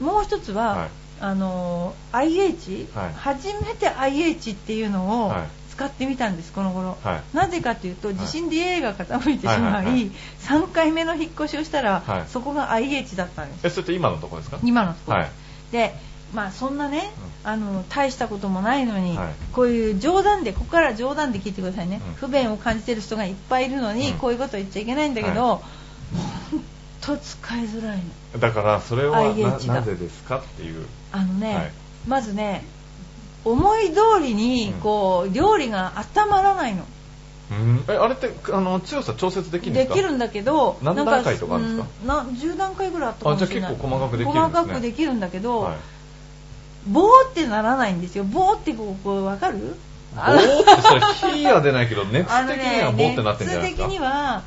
[SPEAKER 1] もう一つは、
[SPEAKER 2] はい
[SPEAKER 1] あの IH、
[SPEAKER 2] はい
[SPEAKER 1] 初めて IH っていうのを
[SPEAKER 2] はい
[SPEAKER 1] 使ってみたんですこの頃、
[SPEAKER 2] はい
[SPEAKER 1] なぜかというと
[SPEAKER 2] はい
[SPEAKER 1] 地震で家が傾いてしま
[SPEAKER 2] はい
[SPEAKER 1] い、
[SPEAKER 2] はいはい
[SPEAKER 1] 3回目の引っ越しをしたら、
[SPEAKER 2] はい
[SPEAKER 1] そこが IH だったんです
[SPEAKER 2] えそれって今のところですか
[SPEAKER 1] 今のところ、
[SPEAKER 2] はい
[SPEAKER 1] でまあそんなね、あの大したこともないのに、
[SPEAKER 2] はい
[SPEAKER 1] こういう冗談でここから冗談で聞いてくださいね、
[SPEAKER 2] うん
[SPEAKER 1] 不便を感じてる人がいっぱいいるのに、
[SPEAKER 2] うん
[SPEAKER 1] こういうこと言っちゃいけないんだけど、
[SPEAKER 2] は
[SPEAKER 1] ほんと使いづらいの
[SPEAKER 2] だからそれは
[SPEAKER 1] IH
[SPEAKER 2] な
[SPEAKER 1] が
[SPEAKER 2] なぜですかっていう
[SPEAKER 1] あのね、
[SPEAKER 2] はい
[SPEAKER 1] まずね思い通りに
[SPEAKER 2] うん
[SPEAKER 1] こう、料理が温まらないの
[SPEAKER 2] うんえあれってあの強さ調節できるんですか
[SPEAKER 1] んだけど
[SPEAKER 2] 何段階とかあるんですか
[SPEAKER 1] なか、うん、な10段階ぐらいあったかもしれない
[SPEAKER 2] あじゃあ結構細かくできるんですね
[SPEAKER 1] 細かくできるんだけど、
[SPEAKER 2] はい
[SPEAKER 1] ボーってならないんですよボーってこうこうわかる
[SPEAKER 2] ボーってそれ火は出ないけど熱
[SPEAKER 1] あの
[SPEAKER 2] 的にはボーってなってんじゃないで
[SPEAKER 1] 熱
[SPEAKER 2] すか
[SPEAKER 1] 的には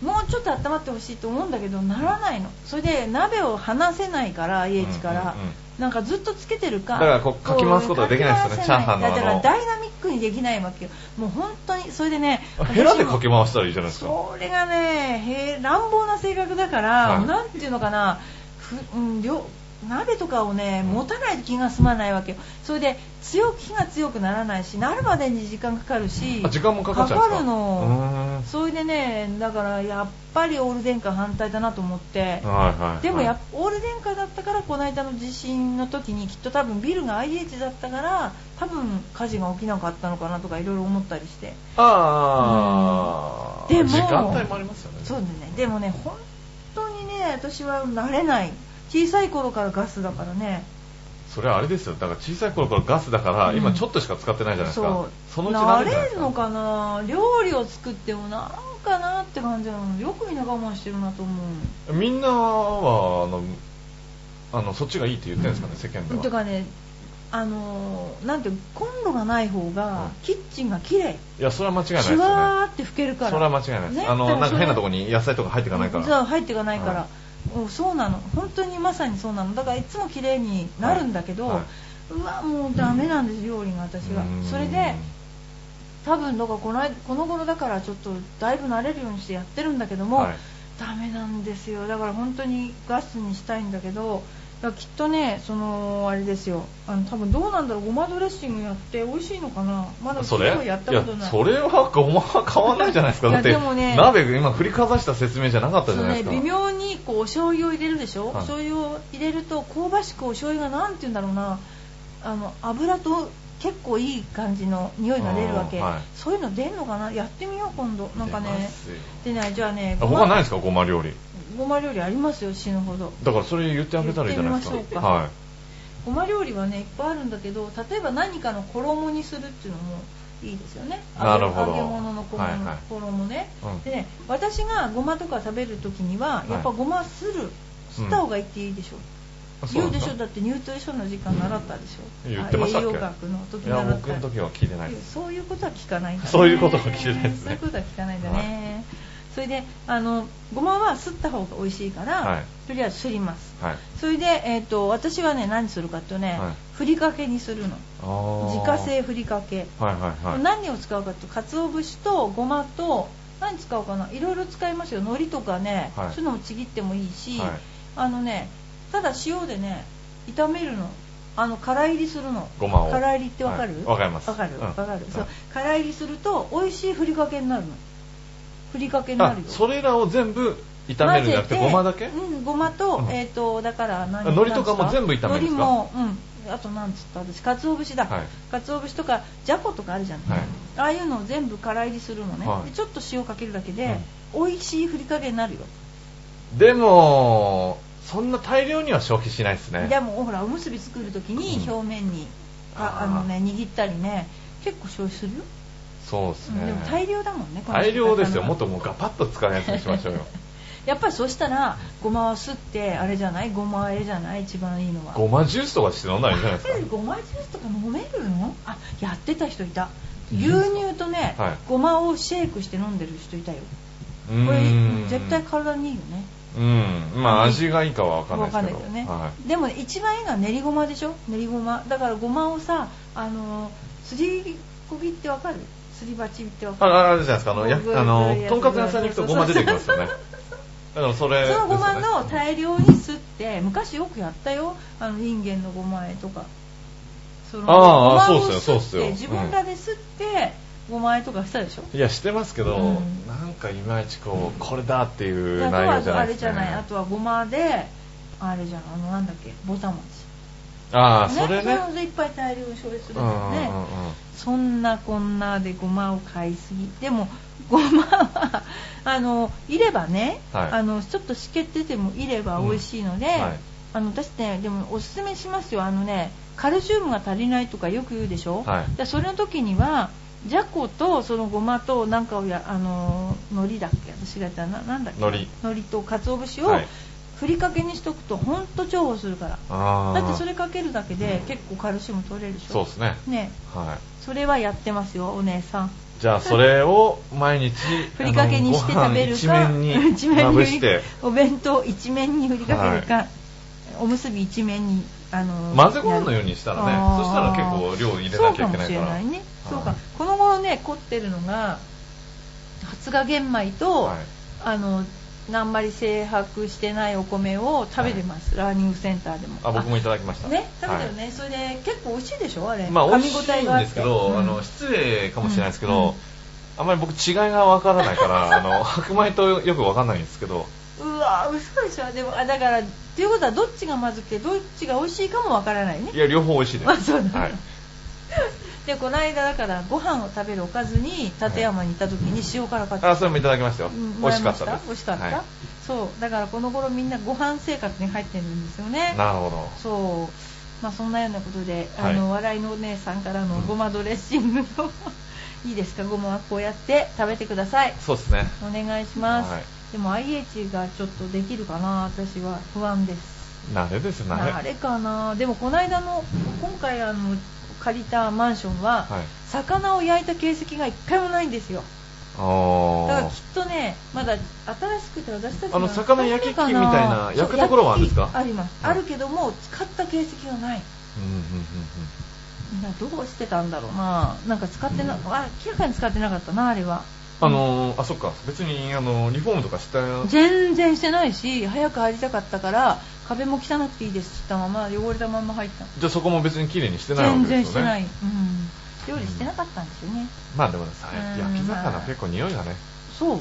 [SPEAKER 1] もうちょっと温まってほしいと思うんだけどならないのそれで鍋を離せないから IH から、
[SPEAKER 2] うんうんうん
[SPEAKER 1] なんかずっとつけてるか
[SPEAKER 2] だからこうかき回すことはできないですよね
[SPEAKER 1] かき回せ
[SPEAKER 2] チャーハンのあの
[SPEAKER 1] だからダイナミックにできないわけよもう本当にそれでね
[SPEAKER 2] あヘラでか
[SPEAKER 1] 私
[SPEAKER 2] き
[SPEAKER 1] も
[SPEAKER 2] 回したらいいじゃないですか
[SPEAKER 1] それがねへ乱暴な性格だから、
[SPEAKER 2] はい
[SPEAKER 1] なんていうのかなふ、うん、料鍋とかをね持たないと気が済まないわけよそれで強く火が強くならないしなるまでに時間かかるし
[SPEAKER 2] あ時間もかかっちゃうんですか
[SPEAKER 1] かかるの
[SPEAKER 2] うーん
[SPEAKER 1] それでねだからやっぱりオール電化反対だなと思って
[SPEAKER 2] はいはいはい
[SPEAKER 1] でもやっオール電化だったからこの間の地震の時にきっと多分ビルが IH だったから多分火事が起きなかったのかなとかいろいろ思ったりして
[SPEAKER 2] ああ
[SPEAKER 1] うんでも
[SPEAKER 2] 時間帯もありますよね
[SPEAKER 1] そうだねでもね本当にね私は慣れない小さい頃からガスだからね
[SPEAKER 2] それはあれですよだから小さい頃からガスだから、
[SPEAKER 1] うん
[SPEAKER 2] 今ちょっとしか使ってないじゃないですか
[SPEAKER 1] う
[SPEAKER 2] そのうち
[SPEAKER 1] 慣
[SPEAKER 2] 慣れるんじゃな
[SPEAKER 1] れ
[SPEAKER 2] いです
[SPEAKER 1] る
[SPEAKER 2] か
[SPEAKER 1] のかな料理を作ってもなんかなって感じなのよくみんな我慢してるなと思う
[SPEAKER 2] みんなはあのあのそっちがいいって言ってるんですかね、世間では
[SPEAKER 1] てかねあのーなんていうのコンロがない方
[SPEAKER 2] うん
[SPEAKER 1] がキッチンが綺麗
[SPEAKER 2] いやそれは間違いないです
[SPEAKER 1] シュ
[SPEAKER 2] よ
[SPEAKER 1] ワ
[SPEAKER 2] ね
[SPEAKER 1] ーって吹けるから
[SPEAKER 2] それは間違いないです、あのなんか変なとこ
[SPEAKER 1] に
[SPEAKER 2] に野菜とか入っていかないから、
[SPEAKER 1] そう入っていかないから、
[SPEAKER 2] は
[SPEAKER 1] うんそうなの本当にまさにそうなのだからいつも綺麗になるんだけど、
[SPEAKER 2] はいはいう
[SPEAKER 1] わもうダメなんです、料理が私は
[SPEAKER 2] うん
[SPEAKER 1] それで多分だからこの間この頃だからちょっとだいぶ慣れるようにしてやってるんだけども、
[SPEAKER 2] はい
[SPEAKER 1] ダメなんですよだから本当にガスにしたいんだけどだからきっとねそのあれですよあの多分どうなんだろうごまドレッシングやって美味しいのかなまだ
[SPEAKER 2] それ
[SPEAKER 1] 昨日やったこと
[SPEAKER 2] い
[SPEAKER 1] な
[SPEAKER 2] や
[SPEAKER 1] い
[SPEAKER 2] それはごまは変わらないじゃないですか
[SPEAKER 1] いや
[SPEAKER 2] だって
[SPEAKER 1] でもね
[SPEAKER 2] 鍋が今振りかざした説明じゃなかったじ
[SPEAKER 1] そ
[SPEAKER 2] ゃ
[SPEAKER 1] う
[SPEAKER 2] ないで
[SPEAKER 1] ね、
[SPEAKER 2] すか
[SPEAKER 1] 微妙にこうお醤油を入れるでしょ、お
[SPEAKER 2] はい
[SPEAKER 1] 醤油を入れると香ばしくお醤油がなんて言うんだろうなあの油と結構いい感じの匂いが出るわけ、
[SPEAKER 2] あーはい
[SPEAKER 1] そういうの出んのかなやってみよう今度なんかね
[SPEAKER 2] 出ますよ
[SPEAKER 1] でねじゃあね
[SPEAKER 2] あ
[SPEAKER 1] ごま
[SPEAKER 2] 他ないですかごま料理
[SPEAKER 1] ごま料理ありますよ死ぬほど
[SPEAKER 2] だからそれ言ってあげたらいいじゃないですか
[SPEAKER 1] 言ってみましょうか
[SPEAKER 2] はい
[SPEAKER 1] ごま料理はねいっぱいあるんだけど例えば何かの衣にするっていうのもいいですよね揚げ
[SPEAKER 2] なるほど
[SPEAKER 1] 揚げ物の衣,、
[SPEAKER 2] はいはい
[SPEAKER 1] 衣ね、
[SPEAKER 2] うん
[SPEAKER 1] でね私がごまとか食べるときにはやっぱごまする、すった方がいいっていいでしょ、
[SPEAKER 2] そ
[SPEAKER 1] 言
[SPEAKER 2] うな
[SPEAKER 1] うんで
[SPEAKER 2] で
[SPEAKER 1] し
[SPEAKER 2] すか
[SPEAKER 1] ょだってニュートリションの時間習ったでしょ、
[SPEAKER 2] 言ってましたっけ
[SPEAKER 1] あ栄養学の時
[SPEAKER 2] いや
[SPEAKER 1] 習った
[SPEAKER 2] 僕の時は聞いてないです
[SPEAKER 1] そういうことは聞かないんだね
[SPEAKER 2] そういうことは聞いてないですね
[SPEAKER 1] そういうことは聞かないんだね、それであのごまはすった方が美味しいから、
[SPEAKER 2] はい
[SPEAKER 1] とりあえずすります
[SPEAKER 2] はい
[SPEAKER 1] それで、えー、と私はね何するかというとね、
[SPEAKER 2] はい
[SPEAKER 1] ふりかけにするの
[SPEAKER 2] あー
[SPEAKER 1] 自家製ふりかけ
[SPEAKER 2] はいはいはい
[SPEAKER 1] 何を使うかと鰹節とごまと何使うかないろいろ使いますよ海苔とかね、
[SPEAKER 2] はい
[SPEAKER 1] そういうのもちぎってもいいし、
[SPEAKER 2] はい
[SPEAKER 1] あのねただ塩でね炒めるのあのから入りするの
[SPEAKER 2] ごまを
[SPEAKER 1] から入りってわかる
[SPEAKER 2] はいわかります
[SPEAKER 1] わかる
[SPEAKER 2] うん
[SPEAKER 1] わかる、そう
[SPEAKER 2] はい
[SPEAKER 1] から入りすると美味しいふりかけになるのふりかけになるよ
[SPEAKER 2] あそれらを全部炒めるんじゃなくて
[SPEAKER 1] 混ぜ
[SPEAKER 2] ごまだけ
[SPEAKER 1] うんごまと
[SPEAKER 2] うん
[SPEAKER 1] えっ、とだから何
[SPEAKER 2] あ海苔とかも
[SPEAKER 1] なんつった
[SPEAKER 2] 全部炒めるんですか
[SPEAKER 1] 海苔もうんあとなんつった私鰹節だ、
[SPEAKER 2] はい
[SPEAKER 1] 鰹節とかじゃことかあるじゃん、
[SPEAKER 2] はい
[SPEAKER 1] ああいうのを全部から入りするのね、
[SPEAKER 2] はい
[SPEAKER 1] でちょっと塩かけるだけで、美味しいふりかけになるよ、
[SPEAKER 2] でも、そんな大量には消費しないですね。
[SPEAKER 1] でもほらおむすび作るときに
[SPEAKER 2] うん
[SPEAKER 1] 表面に、あ
[SPEAKER 2] あー
[SPEAKER 1] あのね握ったりね結構消費するよ、
[SPEAKER 2] そうです
[SPEAKER 1] うん
[SPEAKER 2] ね。
[SPEAKER 1] でも大量だもんねこの
[SPEAKER 2] 大量です
[SPEAKER 1] 使い方
[SPEAKER 2] よ。
[SPEAKER 1] が
[SPEAKER 2] もっともうガパッと使うやつにしましょうよ。
[SPEAKER 1] [LAUGHS] やっぱりそうしたらごまをすってあれじゃないごまあれじゃない一番いいのは
[SPEAKER 2] ごまジュースとかして飲んだらいいんじゃない
[SPEAKER 1] やっぱ
[SPEAKER 2] で
[SPEAKER 1] り
[SPEAKER 2] す
[SPEAKER 1] [LAUGHS]
[SPEAKER 2] か。
[SPEAKER 1] ごまジュースとか飲めるの [LAUGHS] あやってた人いた
[SPEAKER 2] い
[SPEAKER 1] 牛
[SPEAKER 2] いですか
[SPEAKER 1] 乳とね、
[SPEAKER 2] はい
[SPEAKER 1] ごまをシェイクして飲んでる人いたよ
[SPEAKER 2] う
[SPEAKER 1] これ
[SPEAKER 2] ーん
[SPEAKER 1] 絶対体にいいよね
[SPEAKER 2] うん。まあ味がいいかはわかんない
[SPEAKER 1] わ
[SPEAKER 2] です
[SPEAKER 1] かん
[SPEAKER 2] け
[SPEAKER 1] ないけ
[SPEAKER 2] ど。
[SPEAKER 1] どね、
[SPEAKER 2] は
[SPEAKER 1] でも一番いいのは練りごまでしょ練りごまだからごまをさあのーすりこぎってわかるすり鉢ってわ
[SPEAKER 2] あ
[SPEAKER 1] かる
[SPEAKER 2] ああれじゃないですか、あの、や
[SPEAKER 1] そうそう
[SPEAKER 2] あの
[SPEAKER 1] そう
[SPEAKER 2] とんかつ屋さんに行くとごま出てきますよね
[SPEAKER 1] そう。
[SPEAKER 2] だからそれです
[SPEAKER 1] そ
[SPEAKER 2] よ
[SPEAKER 1] の
[SPEAKER 2] ね、
[SPEAKER 1] ごまの大量にすって昔よくやったよあのインゲンのごま和えとかその
[SPEAKER 2] ああ
[SPEAKER 1] ごまを
[SPEAKER 2] そうっすよそうっ
[SPEAKER 1] す
[SPEAKER 2] す
[SPEAKER 1] っ
[SPEAKER 2] よ
[SPEAKER 1] て自分らですってごま和えとかしたでしょ
[SPEAKER 2] いや、してますけど、
[SPEAKER 1] うん
[SPEAKER 2] なんかいまいちこう、これだっていう
[SPEAKER 1] あと
[SPEAKER 2] 内容じゃ
[SPEAKER 1] は
[SPEAKER 2] な
[SPEAKER 1] あ
[SPEAKER 2] い
[SPEAKER 1] れ
[SPEAKER 2] です
[SPEAKER 1] じゃ
[SPEAKER 2] ね。
[SPEAKER 1] ないあとはごまであれじゃんあのなんだっけぼたもち
[SPEAKER 2] ああ、それ
[SPEAKER 1] な
[SPEAKER 2] ね。
[SPEAKER 1] のでいっぱい大量に消費するん
[SPEAKER 2] う
[SPEAKER 1] だ
[SPEAKER 2] ん
[SPEAKER 1] よね、
[SPEAKER 2] うんうんうん
[SPEAKER 1] そんなこんなでごまを買いすぎでも [LAUGHS] ごまはあのいればね、
[SPEAKER 2] はい
[SPEAKER 1] あのちょっと湿気っててもいれば美味しいので、
[SPEAKER 2] うんはい
[SPEAKER 1] あの私ねでもおすすめしますよあのねカルシウムが足りないとかよく言うでしょ、
[SPEAKER 2] はい
[SPEAKER 1] でそれの時にはじゃことそのごまとなんかをやあの海苔だっけ私がやったななんだっけ
[SPEAKER 2] 海苔
[SPEAKER 1] 海苔と鰹節を
[SPEAKER 2] はい
[SPEAKER 1] ふりかけにしとくとほんと重宝するから、
[SPEAKER 2] ああ。
[SPEAKER 1] だってそれかけるだけで結構カルシウム取れるでしょ
[SPEAKER 2] そうですね。
[SPEAKER 1] ね
[SPEAKER 2] はい。
[SPEAKER 1] それはやってますよお姉さん
[SPEAKER 2] じゃあそれを毎日
[SPEAKER 1] ふりかけにして食べるか
[SPEAKER 2] あの
[SPEAKER 1] [LAUGHS]
[SPEAKER 2] ご飯一面にまぶして
[SPEAKER 1] お弁当一面にふりかけるか、おむすび一面にあの
[SPEAKER 2] 混ぜご飯のようにしたらね
[SPEAKER 1] あー
[SPEAKER 2] そしたら結構量入れなきゃいけ
[SPEAKER 1] そうかも
[SPEAKER 2] ないから
[SPEAKER 1] しれないね、そうか
[SPEAKER 2] はい
[SPEAKER 1] この頃ね凝ってるのが発芽玄米と、
[SPEAKER 2] はい
[SPEAKER 1] あのあんまり精白してないお米を食べてます、ラーニングセンターでも
[SPEAKER 2] あ僕もいただきました
[SPEAKER 1] ね食べたよね、
[SPEAKER 2] は
[SPEAKER 1] それで結構美味しいでしょあれ
[SPEAKER 2] いまあ美味し
[SPEAKER 1] 噛み応え
[SPEAKER 2] い
[SPEAKER 1] があ
[SPEAKER 2] ん
[SPEAKER 1] って
[SPEAKER 2] ですけど、
[SPEAKER 1] うん
[SPEAKER 2] あの失礼かもしれないですけ
[SPEAKER 1] うん
[SPEAKER 2] ど、
[SPEAKER 1] うん
[SPEAKER 2] あんまり僕違いがわからないからあの白米とよくわかんないんですけど
[SPEAKER 1] うわ嘘でしょでもあだからっていうことはどっちがまずくてどっちが美味しいかもわからないね
[SPEAKER 2] いや両方美味しいです
[SPEAKER 1] あそうなんだ
[SPEAKER 2] はい、
[SPEAKER 1] でこの間だからご飯を食べるおかずに立山に行った時に塩辛かった、
[SPEAKER 2] あそれもいただきましたよ、
[SPEAKER 1] うん
[SPEAKER 2] 美
[SPEAKER 1] もら
[SPEAKER 2] 味
[SPEAKER 1] い
[SPEAKER 2] し
[SPEAKER 1] ま
[SPEAKER 2] かったです
[SPEAKER 1] 美味しかった、
[SPEAKER 2] は
[SPEAKER 1] そうだからこの頃みんなご飯生活に入ってるんですよね
[SPEAKER 2] い、なるほど
[SPEAKER 1] そうまあそんなようなことで、
[SPEAKER 2] はい
[SPEAKER 1] あの笑いのお姉さんからのごまドレッシングの [LAUGHS] いいですかごまはこうやって食べてください
[SPEAKER 2] そうですね
[SPEAKER 1] お願いします、
[SPEAKER 2] はい
[SPEAKER 1] でも IH がちょっとできるかな私は不安です
[SPEAKER 2] 慣れです慣れ
[SPEAKER 1] あれかなでもこの間の今回あの借りたマンションは、
[SPEAKER 2] はい
[SPEAKER 1] 魚を焼いた形跡が一回もないんですよだ
[SPEAKER 2] お
[SPEAKER 1] から
[SPEAKER 2] ー
[SPEAKER 1] きっとねまだ新しくて私たち
[SPEAKER 2] あの魚焼き器みたいな焼くところはあるんですか
[SPEAKER 1] そう焼き器あります、
[SPEAKER 2] はい
[SPEAKER 1] あるけども使った形跡がない
[SPEAKER 2] うんうんうんうん
[SPEAKER 1] みんなどうしてたんだろうななんか使ってなあ明らかに使ってなかったなあれは
[SPEAKER 2] あのーあ、そっか、別に、あのーリフォームとかした、
[SPEAKER 1] 全然してないし早く入りたかったから壁も汚くていいですって言ったまま汚れたまんま入った
[SPEAKER 2] じゃあそこも別に綺麗にしてないわけ
[SPEAKER 1] 全
[SPEAKER 2] で
[SPEAKER 1] 然し
[SPEAKER 2] すよね。
[SPEAKER 1] てない、うん、料理してなかったんですよね、
[SPEAKER 2] まあでもさ
[SPEAKER 1] うん、
[SPEAKER 2] 焼き魚結構匂いがね、
[SPEAKER 1] そう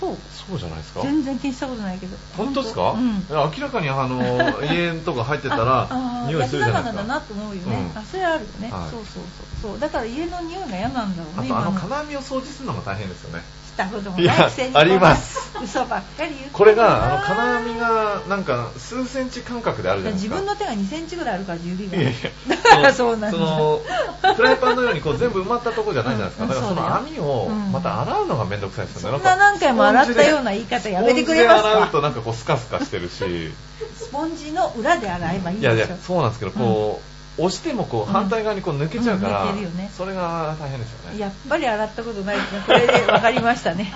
[SPEAKER 1] そう
[SPEAKER 2] そうじゃないですか。
[SPEAKER 1] 全然気にしたことないけど
[SPEAKER 2] 本当ですか、
[SPEAKER 1] うん
[SPEAKER 2] いや明らかにあの
[SPEAKER 1] [LAUGHS]
[SPEAKER 2] ー家とか入ってた
[SPEAKER 1] あ
[SPEAKER 2] ら
[SPEAKER 1] あ
[SPEAKER 2] 匂いするじゃないで
[SPEAKER 1] 焼き魚
[SPEAKER 2] す
[SPEAKER 1] だ
[SPEAKER 2] か
[SPEAKER 1] なと思うよね、
[SPEAKER 2] うん
[SPEAKER 1] あそれはあるよね、
[SPEAKER 2] はい
[SPEAKER 1] そうそうそうそうだから家の匂いが嫌なんだろう
[SPEAKER 2] あ
[SPEAKER 1] ね
[SPEAKER 2] とあの
[SPEAKER 1] 今
[SPEAKER 2] 金網を掃除するのも大変ですよね
[SPEAKER 1] したことも
[SPEAKER 2] い
[SPEAKER 1] ない
[SPEAKER 2] や
[SPEAKER 1] くせに
[SPEAKER 2] あります
[SPEAKER 1] こんな嘘ばっかり言って
[SPEAKER 2] これがあの金網がなんか数センチ間隔であるじゃないで
[SPEAKER 1] 自
[SPEAKER 2] すか
[SPEAKER 1] 分の手が2センチぐらいあるから指が
[SPEAKER 2] いやいや
[SPEAKER 1] [LAUGHS] だからそうなんだ
[SPEAKER 2] そのフライパンのようにこう全部埋まったとこじゃないじゃないですか、
[SPEAKER 1] うん
[SPEAKER 2] だからその網を
[SPEAKER 1] うん
[SPEAKER 2] また洗うのがめんどくさいですよね
[SPEAKER 1] そんな何回も洗ったような言い方やめてくれますか
[SPEAKER 2] スポンジで洗うとなんかこうスカスカしてるし
[SPEAKER 1] スポンジの裏で洗えばいい
[SPEAKER 2] い
[SPEAKER 1] でしょ
[SPEAKER 2] やいやそうなんですけどこう、押してもこう反対側にこう抜けちゃうから、
[SPEAKER 1] うん抜けるよね
[SPEAKER 2] それが大変ですよね
[SPEAKER 1] やっぱり洗ったことないですねこれで分かりましたね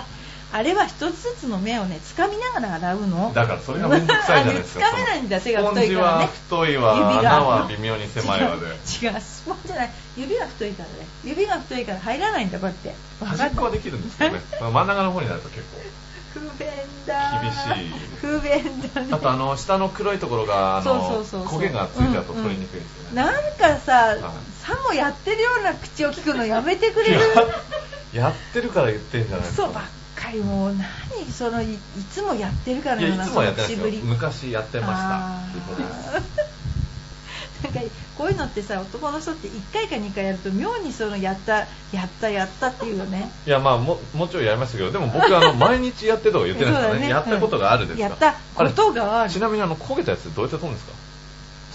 [SPEAKER 1] あれは一つずつの目をね掴みながら洗うの
[SPEAKER 2] だからそれがめんどくさいじゃないです
[SPEAKER 1] [LAUGHS]
[SPEAKER 2] か
[SPEAKER 1] あれ掴めないんだ手
[SPEAKER 2] ス
[SPEAKER 1] が
[SPEAKER 2] ポン
[SPEAKER 1] 太い
[SPEAKER 2] ジ
[SPEAKER 1] から
[SPEAKER 2] は
[SPEAKER 1] ね
[SPEAKER 2] 太いわ
[SPEAKER 1] 指が
[SPEAKER 2] 穴は微妙に狭いわで
[SPEAKER 1] 違う違うスポンジじゃない指が太いからね指が太いから入らないんだこうやって
[SPEAKER 2] 端っこはできるんですけどねまあ真ん中の方になると結
[SPEAKER 1] [LAUGHS] 不便だ
[SPEAKER 2] 厳しい
[SPEAKER 1] 不便だね
[SPEAKER 2] 構あとあの下の黒いところがあの
[SPEAKER 1] そうそうそうそう
[SPEAKER 2] 焦げがついちゃうと取りにくいですよね、
[SPEAKER 1] なんかさ
[SPEAKER 2] い
[SPEAKER 1] さもやってるような口を聞くのやめてくれる
[SPEAKER 2] やってるから言ってんじゃないですか
[SPEAKER 1] 嘘ばっかりもう何そのいいつもやってるかの
[SPEAKER 2] い
[SPEAKER 1] よ
[SPEAKER 2] や
[SPEAKER 1] う
[SPEAKER 2] い
[SPEAKER 1] な
[SPEAKER 2] つもはやってな
[SPEAKER 1] そ
[SPEAKER 2] い
[SPEAKER 1] の
[SPEAKER 2] ですよ昔やってましたっていうことです
[SPEAKER 1] あー [LAUGHS] なんかこういうのってさ男の人って1回か2回やると妙にそのやったやったやったっていうよね
[SPEAKER 2] いやまあももうちょいやりましたけどでも僕
[SPEAKER 1] [LAUGHS]
[SPEAKER 2] あの毎日やってとは言ってないですから
[SPEAKER 1] そうだ
[SPEAKER 2] ね
[SPEAKER 1] ね
[SPEAKER 2] やったことがあるですか、
[SPEAKER 1] やったことがある
[SPEAKER 2] れちなみにあの焦げたやつどうやって取るんですか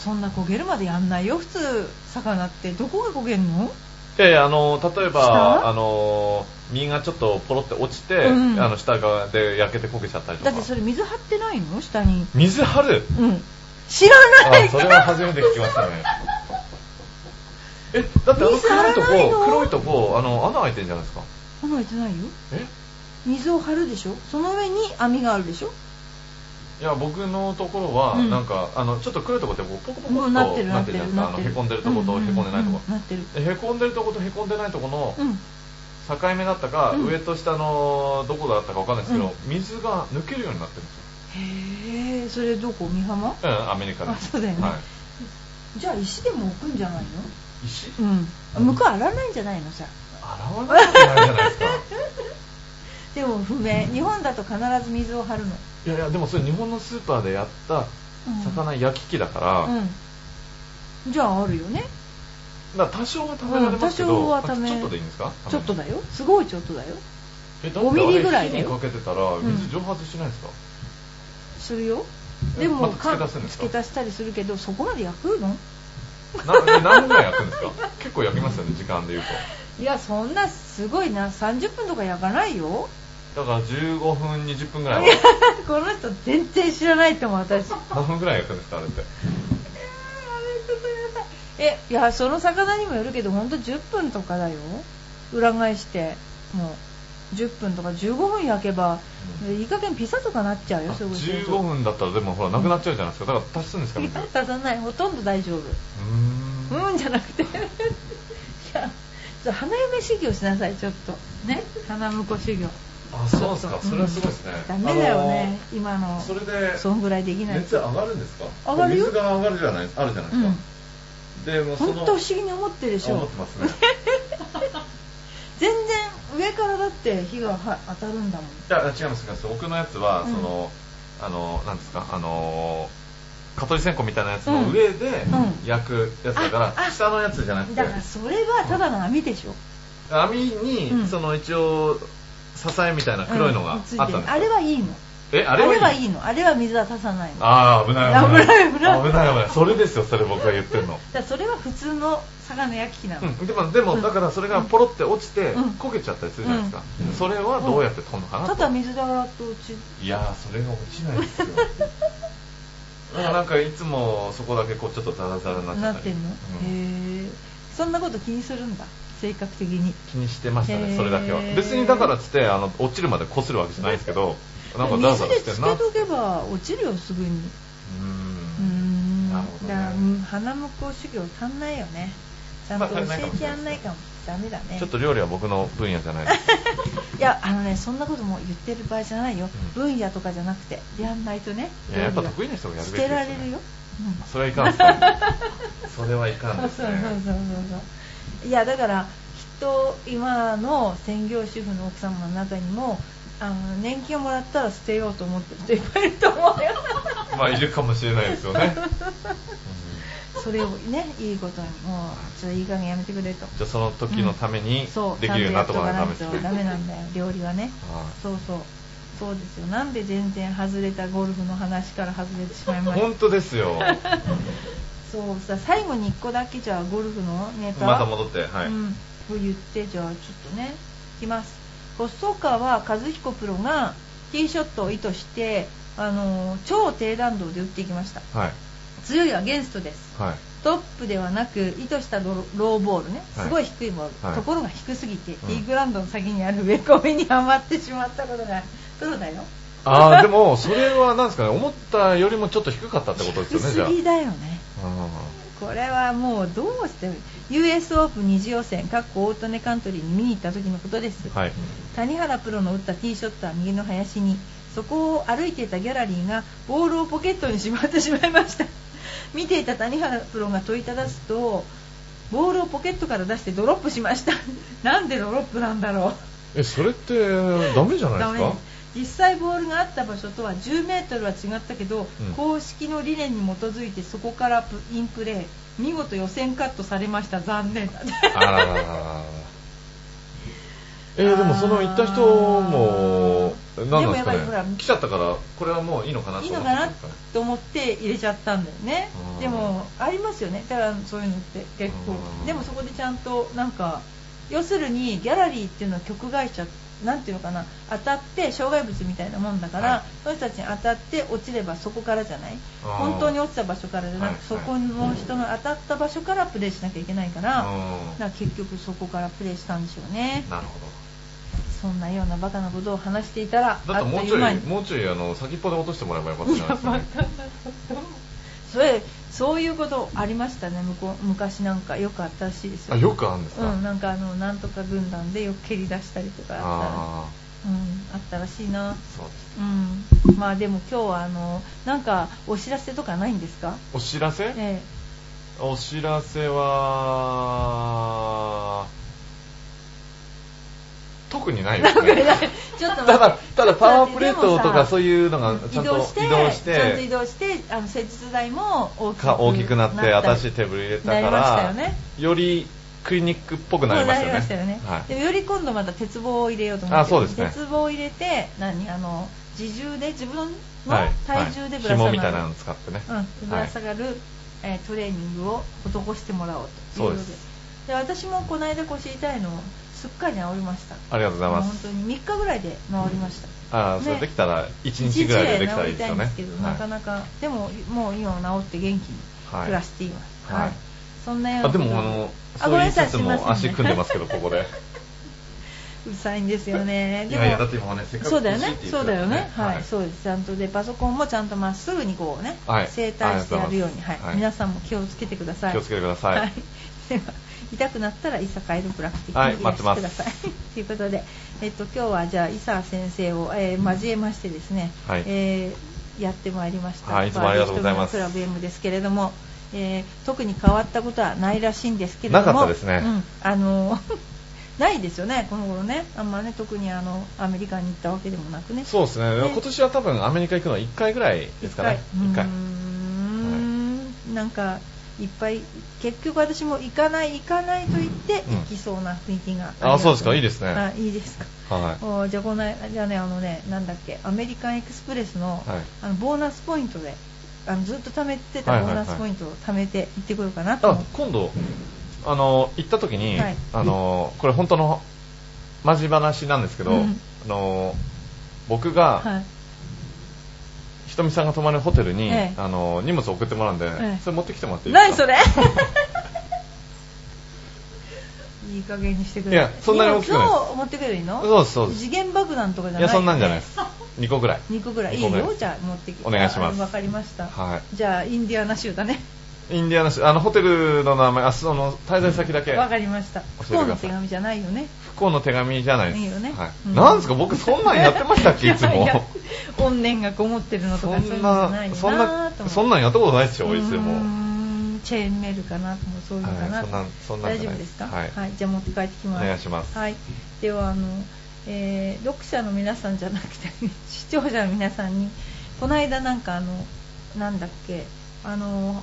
[SPEAKER 1] そんな焦げるまでやんないよ普通魚ってどこが焦げんの
[SPEAKER 2] いやいやあの例えば
[SPEAKER 1] 下
[SPEAKER 2] あの身がちょっとポロって落ちて、
[SPEAKER 1] うん
[SPEAKER 2] あの下側で焼けて焦げちゃったりと
[SPEAKER 1] だ
[SPEAKER 2] か
[SPEAKER 1] ってそれ水張ってないの下に
[SPEAKER 2] 水張る
[SPEAKER 1] うん知らない
[SPEAKER 2] あそれは初めて聞きましたね
[SPEAKER 1] [LAUGHS]
[SPEAKER 2] えだってあの
[SPEAKER 1] 水張
[SPEAKER 2] 黒
[SPEAKER 1] ら
[SPEAKER 2] いと
[SPEAKER 1] ないの
[SPEAKER 2] こ黒いとこあの穴開いてんじゃないですか
[SPEAKER 1] 穴開いてないよ
[SPEAKER 2] え
[SPEAKER 1] 水を張るでしょその上に網があるでしょ
[SPEAKER 2] いや僕のところは、
[SPEAKER 1] うん
[SPEAKER 2] なんかあのちょっと黒いとこってこうポコポコ
[SPEAKER 1] も
[SPEAKER 2] っ
[SPEAKER 1] う
[SPEAKER 2] と
[SPEAKER 1] なってる
[SPEAKER 2] な
[SPEAKER 1] な
[SPEAKER 2] っ
[SPEAKER 1] ってて
[SPEAKER 2] るじ
[SPEAKER 1] る
[SPEAKER 2] ゃないですか
[SPEAKER 1] な
[SPEAKER 2] あ
[SPEAKER 1] っ
[SPEAKER 2] の
[SPEAKER 1] て
[SPEAKER 2] へ
[SPEAKER 1] る
[SPEAKER 2] こんでるとことへこんでないとこ
[SPEAKER 1] うんうんうんなってる
[SPEAKER 2] へこんでるとことへこんでないとこの
[SPEAKER 1] うん
[SPEAKER 2] 境目だったか、
[SPEAKER 1] うん
[SPEAKER 2] 上と下のどこだったかわかんないですけど、
[SPEAKER 1] う
[SPEAKER 2] 水が抜けるようになってるんです
[SPEAKER 1] へえそれどこ美浜
[SPEAKER 2] よ、うん、アメリカで
[SPEAKER 1] あそうだよね
[SPEAKER 2] は
[SPEAKER 1] じゃあ石でも置くんじゃないの
[SPEAKER 2] い、石
[SPEAKER 1] うん向こう洗わないんじゃないのさ
[SPEAKER 2] 洗わなきゃいけないじゃないですか
[SPEAKER 1] [LAUGHS]
[SPEAKER 2] [LAUGHS]
[SPEAKER 1] でも不明日本だと必ず水を張るの
[SPEAKER 2] いやいやでもそれ日本のスーパーでやっ
[SPEAKER 1] う
[SPEAKER 2] た
[SPEAKER 1] ん
[SPEAKER 2] 魚焼き器だから、
[SPEAKER 1] うんじゃああるよね
[SPEAKER 2] だから多少は食べられますけ
[SPEAKER 1] うん多
[SPEAKER 2] ど、
[SPEAKER 1] 少は食べ
[SPEAKER 2] あちょっとでいいんですか
[SPEAKER 1] ちょっとだよすごいちょっとだよ
[SPEAKER 2] えだってあ
[SPEAKER 1] 5ミリぐら
[SPEAKER 2] れ
[SPEAKER 1] いだ
[SPEAKER 2] 火に
[SPEAKER 1] よ
[SPEAKER 2] かけてたら水蒸発しないんですか、
[SPEAKER 1] するよ
[SPEAKER 2] え
[SPEAKER 1] でも
[SPEAKER 2] また付け足すんですか
[SPEAKER 1] 付け足したりするけどそこまで焼くの
[SPEAKER 2] なえ何分ぐらい焼くんですか結構焼きますよね時間でいう
[SPEAKER 1] いやそんなすごいな30分とか焼かないよ [LAUGHS]
[SPEAKER 2] とだから15分20分ぐらいは
[SPEAKER 1] この人全然知らないと思う [LAUGHS] 私あ
[SPEAKER 2] 何分ぐらい焼くんですかあれって
[SPEAKER 1] ーやめてくださいえいやその魚にもよるけどほんと10分とかだよ裏返してもう10分とか15分焼けば、
[SPEAKER 2] う
[SPEAKER 1] いい加減ピザとかなっちゃうよすごいすると
[SPEAKER 2] 15分だったらでもほらなくなっちゃうじゃないですかだから足すんですか
[SPEAKER 1] い
[SPEAKER 2] ね
[SPEAKER 1] や足さないほとんど大丈夫
[SPEAKER 2] うー
[SPEAKER 1] う
[SPEAKER 2] ん
[SPEAKER 1] んじゃなくて [LAUGHS] いやちょっと花嫁修行しなさいちょっとね花婿修行
[SPEAKER 2] あそうですかそれはすごいですね、
[SPEAKER 1] ダメだよね、
[SPEAKER 2] あのー
[SPEAKER 1] 今の
[SPEAKER 2] それで
[SPEAKER 1] そんぐらいできない
[SPEAKER 2] 熱上がるんですか
[SPEAKER 1] 上がるよ
[SPEAKER 2] 水が上がるじゃないあるじゃないですか、でもうそ
[SPEAKER 1] 本
[SPEAKER 2] の
[SPEAKER 1] 当不思議に思ってるでしょ
[SPEAKER 2] 思ってますね
[SPEAKER 1] 全然上からだって火がは当たるんだもん
[SPEAKER 2] いや違います違います奥のやつは、
[SPEAKER 1] うん
[SPEAKER 2] そのあのなんですかあの蚊取り線香みたいなやつの上で
[SPEAKER 1] うん
[SPEAKER 2] 焼くやつだから、
[SPEAKER 1] ああ
[SPEAKER 2] 下のやつじゃなくて
[SPEAKER 1] だからそれはただの網でしょ
[SPEAKER 2] 網に、
[SPEAKER 1] うん
[SPEAKER 2] その一応支えみたいな黒いのがあ
[SPEAKER 1] う
[SPEAKER 2] っ
[SPEAKER 1] んつ
[SPEAKER 2] たん
[SPEAKER 1] い
[SPEAKER 2] で
[SPEAKER 1] て
[SPEAKER 2] すよ
[SPEAKER 1] るあれはいいの
[SPEAKER 2] えあれはいい
[SPEAKER 1] はいいのあれは水は足さないのだか
[SPEAKER 2] あー危ない危ない
[SPEAKER 1] 危ない危ない
[SPEAKER 2] 危ない危ないそれですよそれ僕が言ってるの
[SPEAKER 1] らそれは普通の魚焼き器なの、
[SPEAKER 2] うん、でもでも、
[SPEAKER 1] うん
[SPEAKER 2] だからそれがポロって落ちて、
[SPEAKER 1] うん
[SPEAKER 2] 焦げちゃったりするじゃないですか、それはどうやって取るのかなと、
[SPEAKER 1] ただ水で洗ってうち
[SPEAKER 2] いやーそれが落ちな
[SPEAKER 1] [LAUGHS]
[SPEAKER 2] いですよだからなんかいつもそこだけこうちょっとザラザラになっちゃ
[SPEAKER 1] な
[SPEAKER 2] った
[SPEAKER 1] って
[SPEAKER 2] り
[SPEAKER 1] んの、
[SPEAKER 2] うん
[SPEAKER 1] へえそんなこと気にするんだ性格的に
[SPEAKER 2] 気にしてました
[SPEAKER 1] へ
[SPEAKER 2] ね
[SPEAKER 1] ー
[SPEAKER 2] それだけは別にだからっつってあの落ちるまでこするわけじゃないですけどなんかザラザ
[SPEAKER 1] 水
[SPEAKER 2] ラ
[SPEAKER 1] で
[SPEAKER 2] して
[SPEAKER 1] つ
[SPEAKER 2] る
[SPEAKER 1] け
[SPEAKER 2] な
[SPEAKER 1] とけば落ちるよすぐに
[SPEAKER 2] う
[SPEAKER 1] うー
[SPEAKER 2] ん
[SPEAKER 1] ん
[SPEAKER 2] なるほどね
[SPEAKER 1] だからうん花婿修行足んないよねちゃんと教
[SPEAKER 2] まあ
[SPEAKER 1] え
[SPEAKER 2] 足りないかも
[SPEAKER 1] てやんないかもダメだね
[SPEAKER 2] ちょっと料理は僕の分野じゃないです
[SPEAKER 1] いやあのねそんなことも言ってる場合じゃないよ、
[SPEAKER 2] う
[SPEAKER 1] 分野とかじゃなくてやんないとね
[SPEAKER 2] いややっ
[SPEAKER 1] 料
[SPEAKER 2] ぱ
[SPEAKER 1] 理は
[SPEAKER 2] 得意な人がやるべき
[SPEAKER 1] 捨
[SPEAKER 2] です
[SPEAKER 1] て
[SPEAKER 2] よ
[SPEAKER 1] ら
[SPEAKER 2] ね
[SPEAKER 1] れるよ、うん
[SPEAKER 2] それはいかんですか [LAUGHS] それはいかん
[SPEAKER 1] そう
[SPEAKER 2] です
[SPEAKER 1] そう
[SPEAKER 2] ね
[SPEAKER 1] そうそうそういやだからきっと今の専業主婦の奥様の中にもあの年金をもらったら捨てようと思ってる人いっぱいいると思うよ
[SPEAKER 2] まあいるかもしれないですよね、うん
[SPEAKER 1] それをねいいことにもうちょっといい加減やめてくれと
[SPEAKER 2] じゃあその時のために
[SPEAKER 1] そう
[SPEAKER 2] できるようになっとかないとダメです
[SPEAKER 1] ちゃん
[SPEAKER 2] ね
[SPEAKER 1] とやっとかないとダメなんだよ料理はね
[SPEAKER 2] はい
[SPEAKER 1] そうそうそうですよなんで全然外れたゴルフの話から外れてしまいました
[SPEAKER 2] 本当ですよ
[SPEAKER 1] そうさ最後に1個だけじゃあゴルフのネタ
[SPEAKER 2] また戻ってはい、
[SPEAKER 1] うん、と言ってじゃあちょっとねいきますホストカは和彦プロがティーショットを意図して、あのー超低弾道で打っていきました
[SPEAKER 2] はい
[SPEAKER 1] 強いアゲンストです
[SPEAKER 2] はい
[SPEAKER 1] トップではなく意図したドロローボールね
[SPEAKER 2] はい
[SPEAKER 1] すごい低いボール、
[SPEAKER 2] はい
[SPEAKER 1] ところが低すぎて、
[SPEAKER 2] うん
[SPEAKER 1] ティーグラウンドの先にある植え込みにはまってしまったことがプロだよ
[SPEAKER 2] ああでもそれはなんですかね思ったよりもちょっと低かったってことで
[SPEAKER 1] 低
[SPEAKER 2] すよねじ
[SPEAKER 1] す
[SPEAKER 2] ゃあ
[SPEAKER 1] ぎだよね
[SPEAKER 2] う
[SPEAKER 1] これはもうどうしても US オープン2次予選かっこオートネカントリーに見に行った時のことです、
[SPEAKER 2] んはい
[SPEAKER 1] 谷原プロの打ったティーショットは右の林にそこを歩いていたギャラリーがボールをポケットにしまってしまいました見ていた谷原プロが問いただすとボールをポケットから出してドロップしましたなんでドロップなんだろう
[SPEAKER 2] えそれってダメじゃない
[SPEAKER 1] ダメ
[SPEAKER 2] ですか
[SPEAKER 1] です実際ボールがあった場所とは1 0メートルは違ったけど、
[SPEAKER 2] うん
[SPEAKER 1] 公式の理念に基づいてそこからプインプレー見事予選カットされました残念
[SPEAKER 2] あららららららえーでもその行った人も何なんで
[SPEAKER 1] でもや
[SPEAKER 2] すか
[SPEAKER 1] っぱりほら
[SPEAKER 2] ね来ちゃったからこれはもういいのかなと
[SPEAKER 1] いい
[SPEAKER 2] 思
[SPEAKER 1] の
[SPEAKER 2] っ
[SPEAKER 1] か
[SPEAKER 2] て
[SPEAKER 1] なと思って入れちゃったんだよね
[SPEAKER 2] うん
[SPEAKER 1] でもありますよねだからそういうのって結
[SPEAKER 2] うん
[SPEAKER 1] 構でもそこでちゃんとなんか要するにギャラリーっていうのは曲会社なんていうのかな当たって障害物みたいなもんだから、
[SPEAKER 2] はい
[SPEAKER 1] その人たちに当たって落ちればそこからじゃない
[SPEAKER 2] あー
[SPEAKER 1] 本当に落ちた場所からじゃなく、そ
[SPEAKER 2] はい
[SPEAKER 1] この人の当たった場所からプレーしなきゃいけないから、
[SPEAKER 2] うん
[SPEAKER 1] だから結局そこからプレーしたんでしょうね
[SPEAKER 2] なるほ
[SPEAKER 1] そんなようなバカなことを話していたら
[SPEAKER 2] どだってもうち
[SPEAKER 1] あっと
[SPEAKER 2] ょ
[SPEAKER 1] いう間
[SPEAKER 2] い
[SPEAKER 1] に
[SPEAKER 2] もうちょいあの先っぽで落としてもらえばよかったじゃないで
[SPEAKER 1] [LAUGHS]
[SPEAKER 2] すか、ね、
[SPEAKER 1] それそういうことありましたね向こう昔なんかよくあったらしいですよ
[SPEAKER 2] あよくあるんですか、
[SPEAKER 1] うん、なんかあのなんとか軍団でよく蹴り出したりとかあ
[SPEAKER 2] あ
[SPEAKER 1] ったらうん、あったらしいな
[SPEAKER 2] あそうです
[SPEAKER 1] うんまあでも今日はあのなんかお知らせとかないんですか
[SPEAKER 2] お知らせ
[SPEAKER 1] え
[SPEAKER 2] お知らせは特にないですね
[SPEAKER 1] えちょっと待
[SPEAKER 2] た
[SPEAKER 1] って
[SPEAKER 2] だただパワープレートとかそう
[SPEAKER 1] う
[SPEAKER 2] いうのがちゃ
[SPEAKER 1] 移
[SPEAKER 2] んと
[SPEAKER 1] 動して
[SPEAKER 2] 移動して
[SPEAKER 1] ちゃんと移動してあの施術台も大きく
[SPEAKER 2] か大きくなって
[SPEAKER 1] たり
[SPEAKER 2] 新しいテーブル入れたか
[SPEAKER 1] なりました
[SPEAKER 2] ら
[SPEAKER 1] よね
[SPEAKER 2] よりクリニックっぽくなりましたよねは
[SPEAKER 1] で
[SPEAKER 2] い、
[SPEAKER 1] もより今度また鉄棒を入れようと思って
[SPEAKER 2] あそうですね
[SPEAKER 1] 鉄棒を入れて何あの自重で自分の
[SPEAKER 2] はい
[SPEAKER 1] 体重でぶら
[SPEAKER 2] 紐
[SPEAKER 1] 下が
[SPEAKER 2] み
[SPEAKER 1] る、
[SPEAKER 2] たいなの使ってね、
[SPEAKER 1] うん、ぶら下がる、えートレーニングを施してもらおうということ
[SPEAKER 2] そうで
[SPEAKER 1] ですで私もこの間腰痛いのをすっかり治りました
[SPEAKER 2] ありがとうございま
[SPEAKER 1] もう本当
[SPEAKER 2] す
[SPEAKER 1] に3日ぐらいで治りました、
[SPEAKER 2] あーそれ
[SPEAKER 1] ね
[SPEAKER 2] できたら1日ぐらいでできたらいいですよね
[SPEAKER 1] 一日で治りたいんですけど、なか
[SPEAKER 2] は
[SPEAKER 1] な
[SPEAKER 2] い
[SPEAKER 1] かでももう今は治って元気に暮らしています、
[SPEAKER 2] はい
[SPEAKER 1] そんなような
[SPEAKER 2] あで
[SPEAKER 1] こと
[SPEAKER 2] もあの
[SPEAKER 1] あ
[SPEAKER 2] そう
[SPEAKER 1] ごめん
[SPEAKER 2] 言い
[SPEAKER 1] なさい
[SPEAKER 2] つつ
[SPEAKER 1] すいません
[SPEAKER 2] も
[SPEAKER 1] ね
[SPEAKER 2] 足組んでますけどここで
[SPEAKER 1] うるさいんですよね
[SPEAKER 2] い
[SPEAKER 1] でも
[SPEAKER 2] やいやだって今ねせっかく
[SPEAKER 1] そうだよ
[SPEAKER 2] 欲
[SPEAKER 1] ね
[SPEAKER 2] しいって言
[SPEAKER 1] そ
[SPEAKER 2] っ
[SPEAKER 1] う
[SPEAKER 2] て
[SPEAKER 1] だ
[SPEAKER 2] た
[SPEAKER 1] よ
[SPEAKER 2] から
[SPEAKER 1] ねはい、
[SPEAKER 2] はい
[SPEAKER 1] そうですちゃんとでパソコンもちゃんとまっすぐにこうね、
[SPEAKER 2] はい
[SPEAKER 1] 正対してやるようにはい、
[SPEAKER 2] はい
[SPEAKER 1] 皆さんも気をつけてください
[SPEAKER 2] 気をつけてください
[SPEAKER 1] はい、では痛くなったら伊佐カイロプラクティ
[SPEAKER 2] は
[SPEAKER 1] ック
[SPEAKER 2] い
[SPEAKER 1] にいらしてくだ
[SPEAKER 2] 待ってま
[SPEAKER 1] さい、 [LAUGHS] ということで、えっと、今日はじゃあ伊佐先生を、えー交えましてですね、
[SPEAKER 2] はい
[SPEAKER 1] えーやってまいりました、
[SPEAKER 2] はいいつもありがとうございます
[SPEAKER 1] バーディー瞳のクラブ M ですけれども、えー特に変わったことはないらしいんですけれども
[SPEAKER 2] なかったですね
[SPEAKER 1] うんあの [LAUGHS] ーないですよね、この頃ね、あんまね、特にあのアメリカに行ったわけでもなくね、
[SPEAKER 2] そうですね
[SPEAKER 1] ね
[SPEAKER 2] 今年は多分アメリカ行くのは1回ぐらいですかね
[SPEAKER 1] 一
[SPEAKER 2] 1
[SPEAKER 1] 回
[SPEAKER 2] 回
[SPEAKER 1] うーん、なんかいっぱい結局私も行かない行かないと言って
[SPEAKER 2] うん
[SPEAKER 1] 行きそうな雰囲気がります、
[SPEAKER 2] あそうですかいいですね
[SPEAKER 1] あいいですか
[SPEAKER 2] はい
[SPEAKER 1] おーじゃあこの間じゃあねあのねなんだっけアメリカンエクスプレスの,、
[SPEAKER 2] はい
[SPEAKER 1] あのボーナスポイントであのずっと貯めてた
[SPEAKER 2] はい
[SPEAKER 1] ボ
[SPEAKER 2] は
[SPEAKER 1] ー
[SPEAKER 2] いは
[SPEAKER 1] ナ
[SPEAKER 2] い
[SPEAKER 1] スポイントを貯めて行ってこようかなと思
[SPEAKER 2] あ
[SPEAKER 1] って、
[SPEAKER 2] 今度あの行った時に、
[SPEAKER 1] はい
[SPEAKER 2] あのこれ本当のマジ話なんですけど、
[SPEAKER 1] うん
[SPEAKER 2] あの僕が、
[SPEAKER 1] はい
[SPEAKER 2] ひとみさんが泊まるホテルに、
[SPEAKER 1] ええ
[SPEAKER 2] あの荷物送ってもらうんで、
[SPEAKER 1] ええ
[SPEAKER 2] それ持ってきてもらっていいです
[SPEAKER 1] 何
[SPEAKER 2] か
[SPEAKER 1] それいい加減にしてくれ
[SPEAKER 2] いやそんなに大きくないです
[SPEAKER 1] 今日持ってくればいいの
[SPEAKER 2] [LAUGHS] そうですそうです
[SPEAKER 1] 次元爆弾とかじゃない
[SPEAKER 2] いやそんなんじゃないです2個ぐらい
[SPEAKER 1] 2個ぐらいいい
[SPEAKER 2] 二個ぐらい
[SPEAKER 1] よじゃあ持ってきて
[SPEAKER 2] お願いします
[SPEAKER 1] わかりました、
[SPEAKER 2] は
[SPEAKER 1] じゃあインディアナ州だね
[SPEAKER 2] いインディアナ市あのホテルの名前あその滞在先だけ
[SPEAKER 1] わかりました
[SPEAKER 2] 教えて
[SPEAKER 1] 不
[SPEAKER 2] くださ
[SPEAKER 1] 幸の手
[SPEAKER 2] い
[SPEAKER 1] 紙じゃないよね
[SPEAKER 2] 不幸の手紙じゃないです
[SPEAKER 1] いいよね
[SPEAKER 2] はい
[SPEAKER 1] うん
[SPEAKER 2] なんですか僕そんなんやってましたっ
[SPEAKER 1] [LAUGHS]
[SPEAKER 2] けいつも
[SPEAKER 1] やや怨念がこもってるのと
[SPEAKER 2] そ
[SPEAKER 1] かそういうんのじゃな
[SPEAKER 2] ない
[SPEAKER 1] よ
[SPEAKER 2] そ
[SPEAKER 1] な
[SPEAKER 2] んな
[SPEAKER 1] と思って
[SPEAKER 2] そんなんやったことないですよいつ
[SPEAKER 1] う
[SPEAKER 2] も
[SPEAKER 1] ーんチェーンメールかなともそういうのかな,、
[SPEAKER 2] はいそんなんそんなん
[SPEAKER 1] 大
[SPEAKER 2] じ
[SPEAKER 1] 丈
[SPEAKER 2] ゃ
[SPEAKER 1] 夫
[SPEAKER 2] ない
[SPEAKER 1] で
[SPEAKER 2] ですす
[SPEAKER 1] か
[SPEAKER 2] はい
[SPEAKER 1] じゃあ持って帰ってきます
[SPEAKER 2] お願いします
[SPEAKER 1] はい、ではあの、えー読者の皆さんじゃなくて [LAUGHS] 視聴者の皆さんにこの間なんかあのなんだっけあの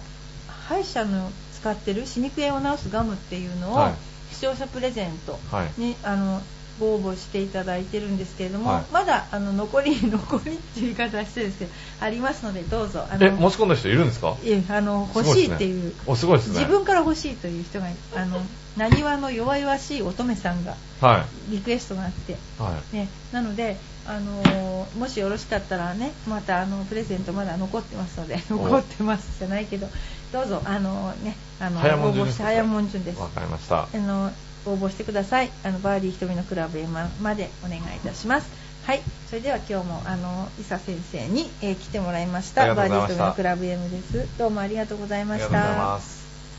[SPEAKER 1] 歯医者の使ってる歯肉炎を治すガムっていうのを、
[SPEAKER 2] はい
[SPEAKER 1] 視聴者プレゼント
[SPEAKER 2] はい
[SPEAKER 1] に、あのご応募していただいてるんですけれども、
[SPEAKER 2] はい
[SPEAKER 1] まだあの残り残りっていう言い方はしてるんですけどありますのでどうぞあの
[SPEAKER 2] え申し込んだ人いるんですか
[SPEAKER 1] いえあの欲しいっていう、
[SPEAKER 2] すごいですね
[SPEAKER 1] 自
[SPEAKER 2] おすごいですね
[SPEAKER 1] 分から欲しいという人があのなにわの弱々しい乙女さんが
[SPEAKER 2] は
[SPEAKER 1] リクエストがあって、
[SPEAKER 2] いはい
[SPEAKER 1] ね、なので、あのーもしよろしかったらねまたあのプレゼントまだ残ってますので
[SPEAKER 2] お
[SPEAKER 1] 残ってますじゃないけどどうぞあのーねあの
[SPEAKER 2] 早もん順
[SPEAKER 1] 応
[SPEAKER 2] で
[SPEAKER 1] 募
[SPEAKER 2] す
[SPEAKER 1] して早もん順です
[SPEAKER 2] わかりました
[SPEAKER 1] あの応募してくださいあのバーディー瞳のクラブへままでお願いいたしますはいそれでは今日もあの伊佐先生に、えー来てもらいました
[SPEAKER 2] ありがと
[SPEAKER 1] バー
[SPEAKER 2] う
[SPEAKER 1] デ
[SPEAKER 2] ご
[SPEAKER 1] ィー
[SPEAKER 2] ざいま
[SPEAKER 1] 瞳
[SPEAKER 2] した
[SPEAKER 1] のクラブ M ですどうもありがとうございました
[SPEAKER 2] ありがとうございます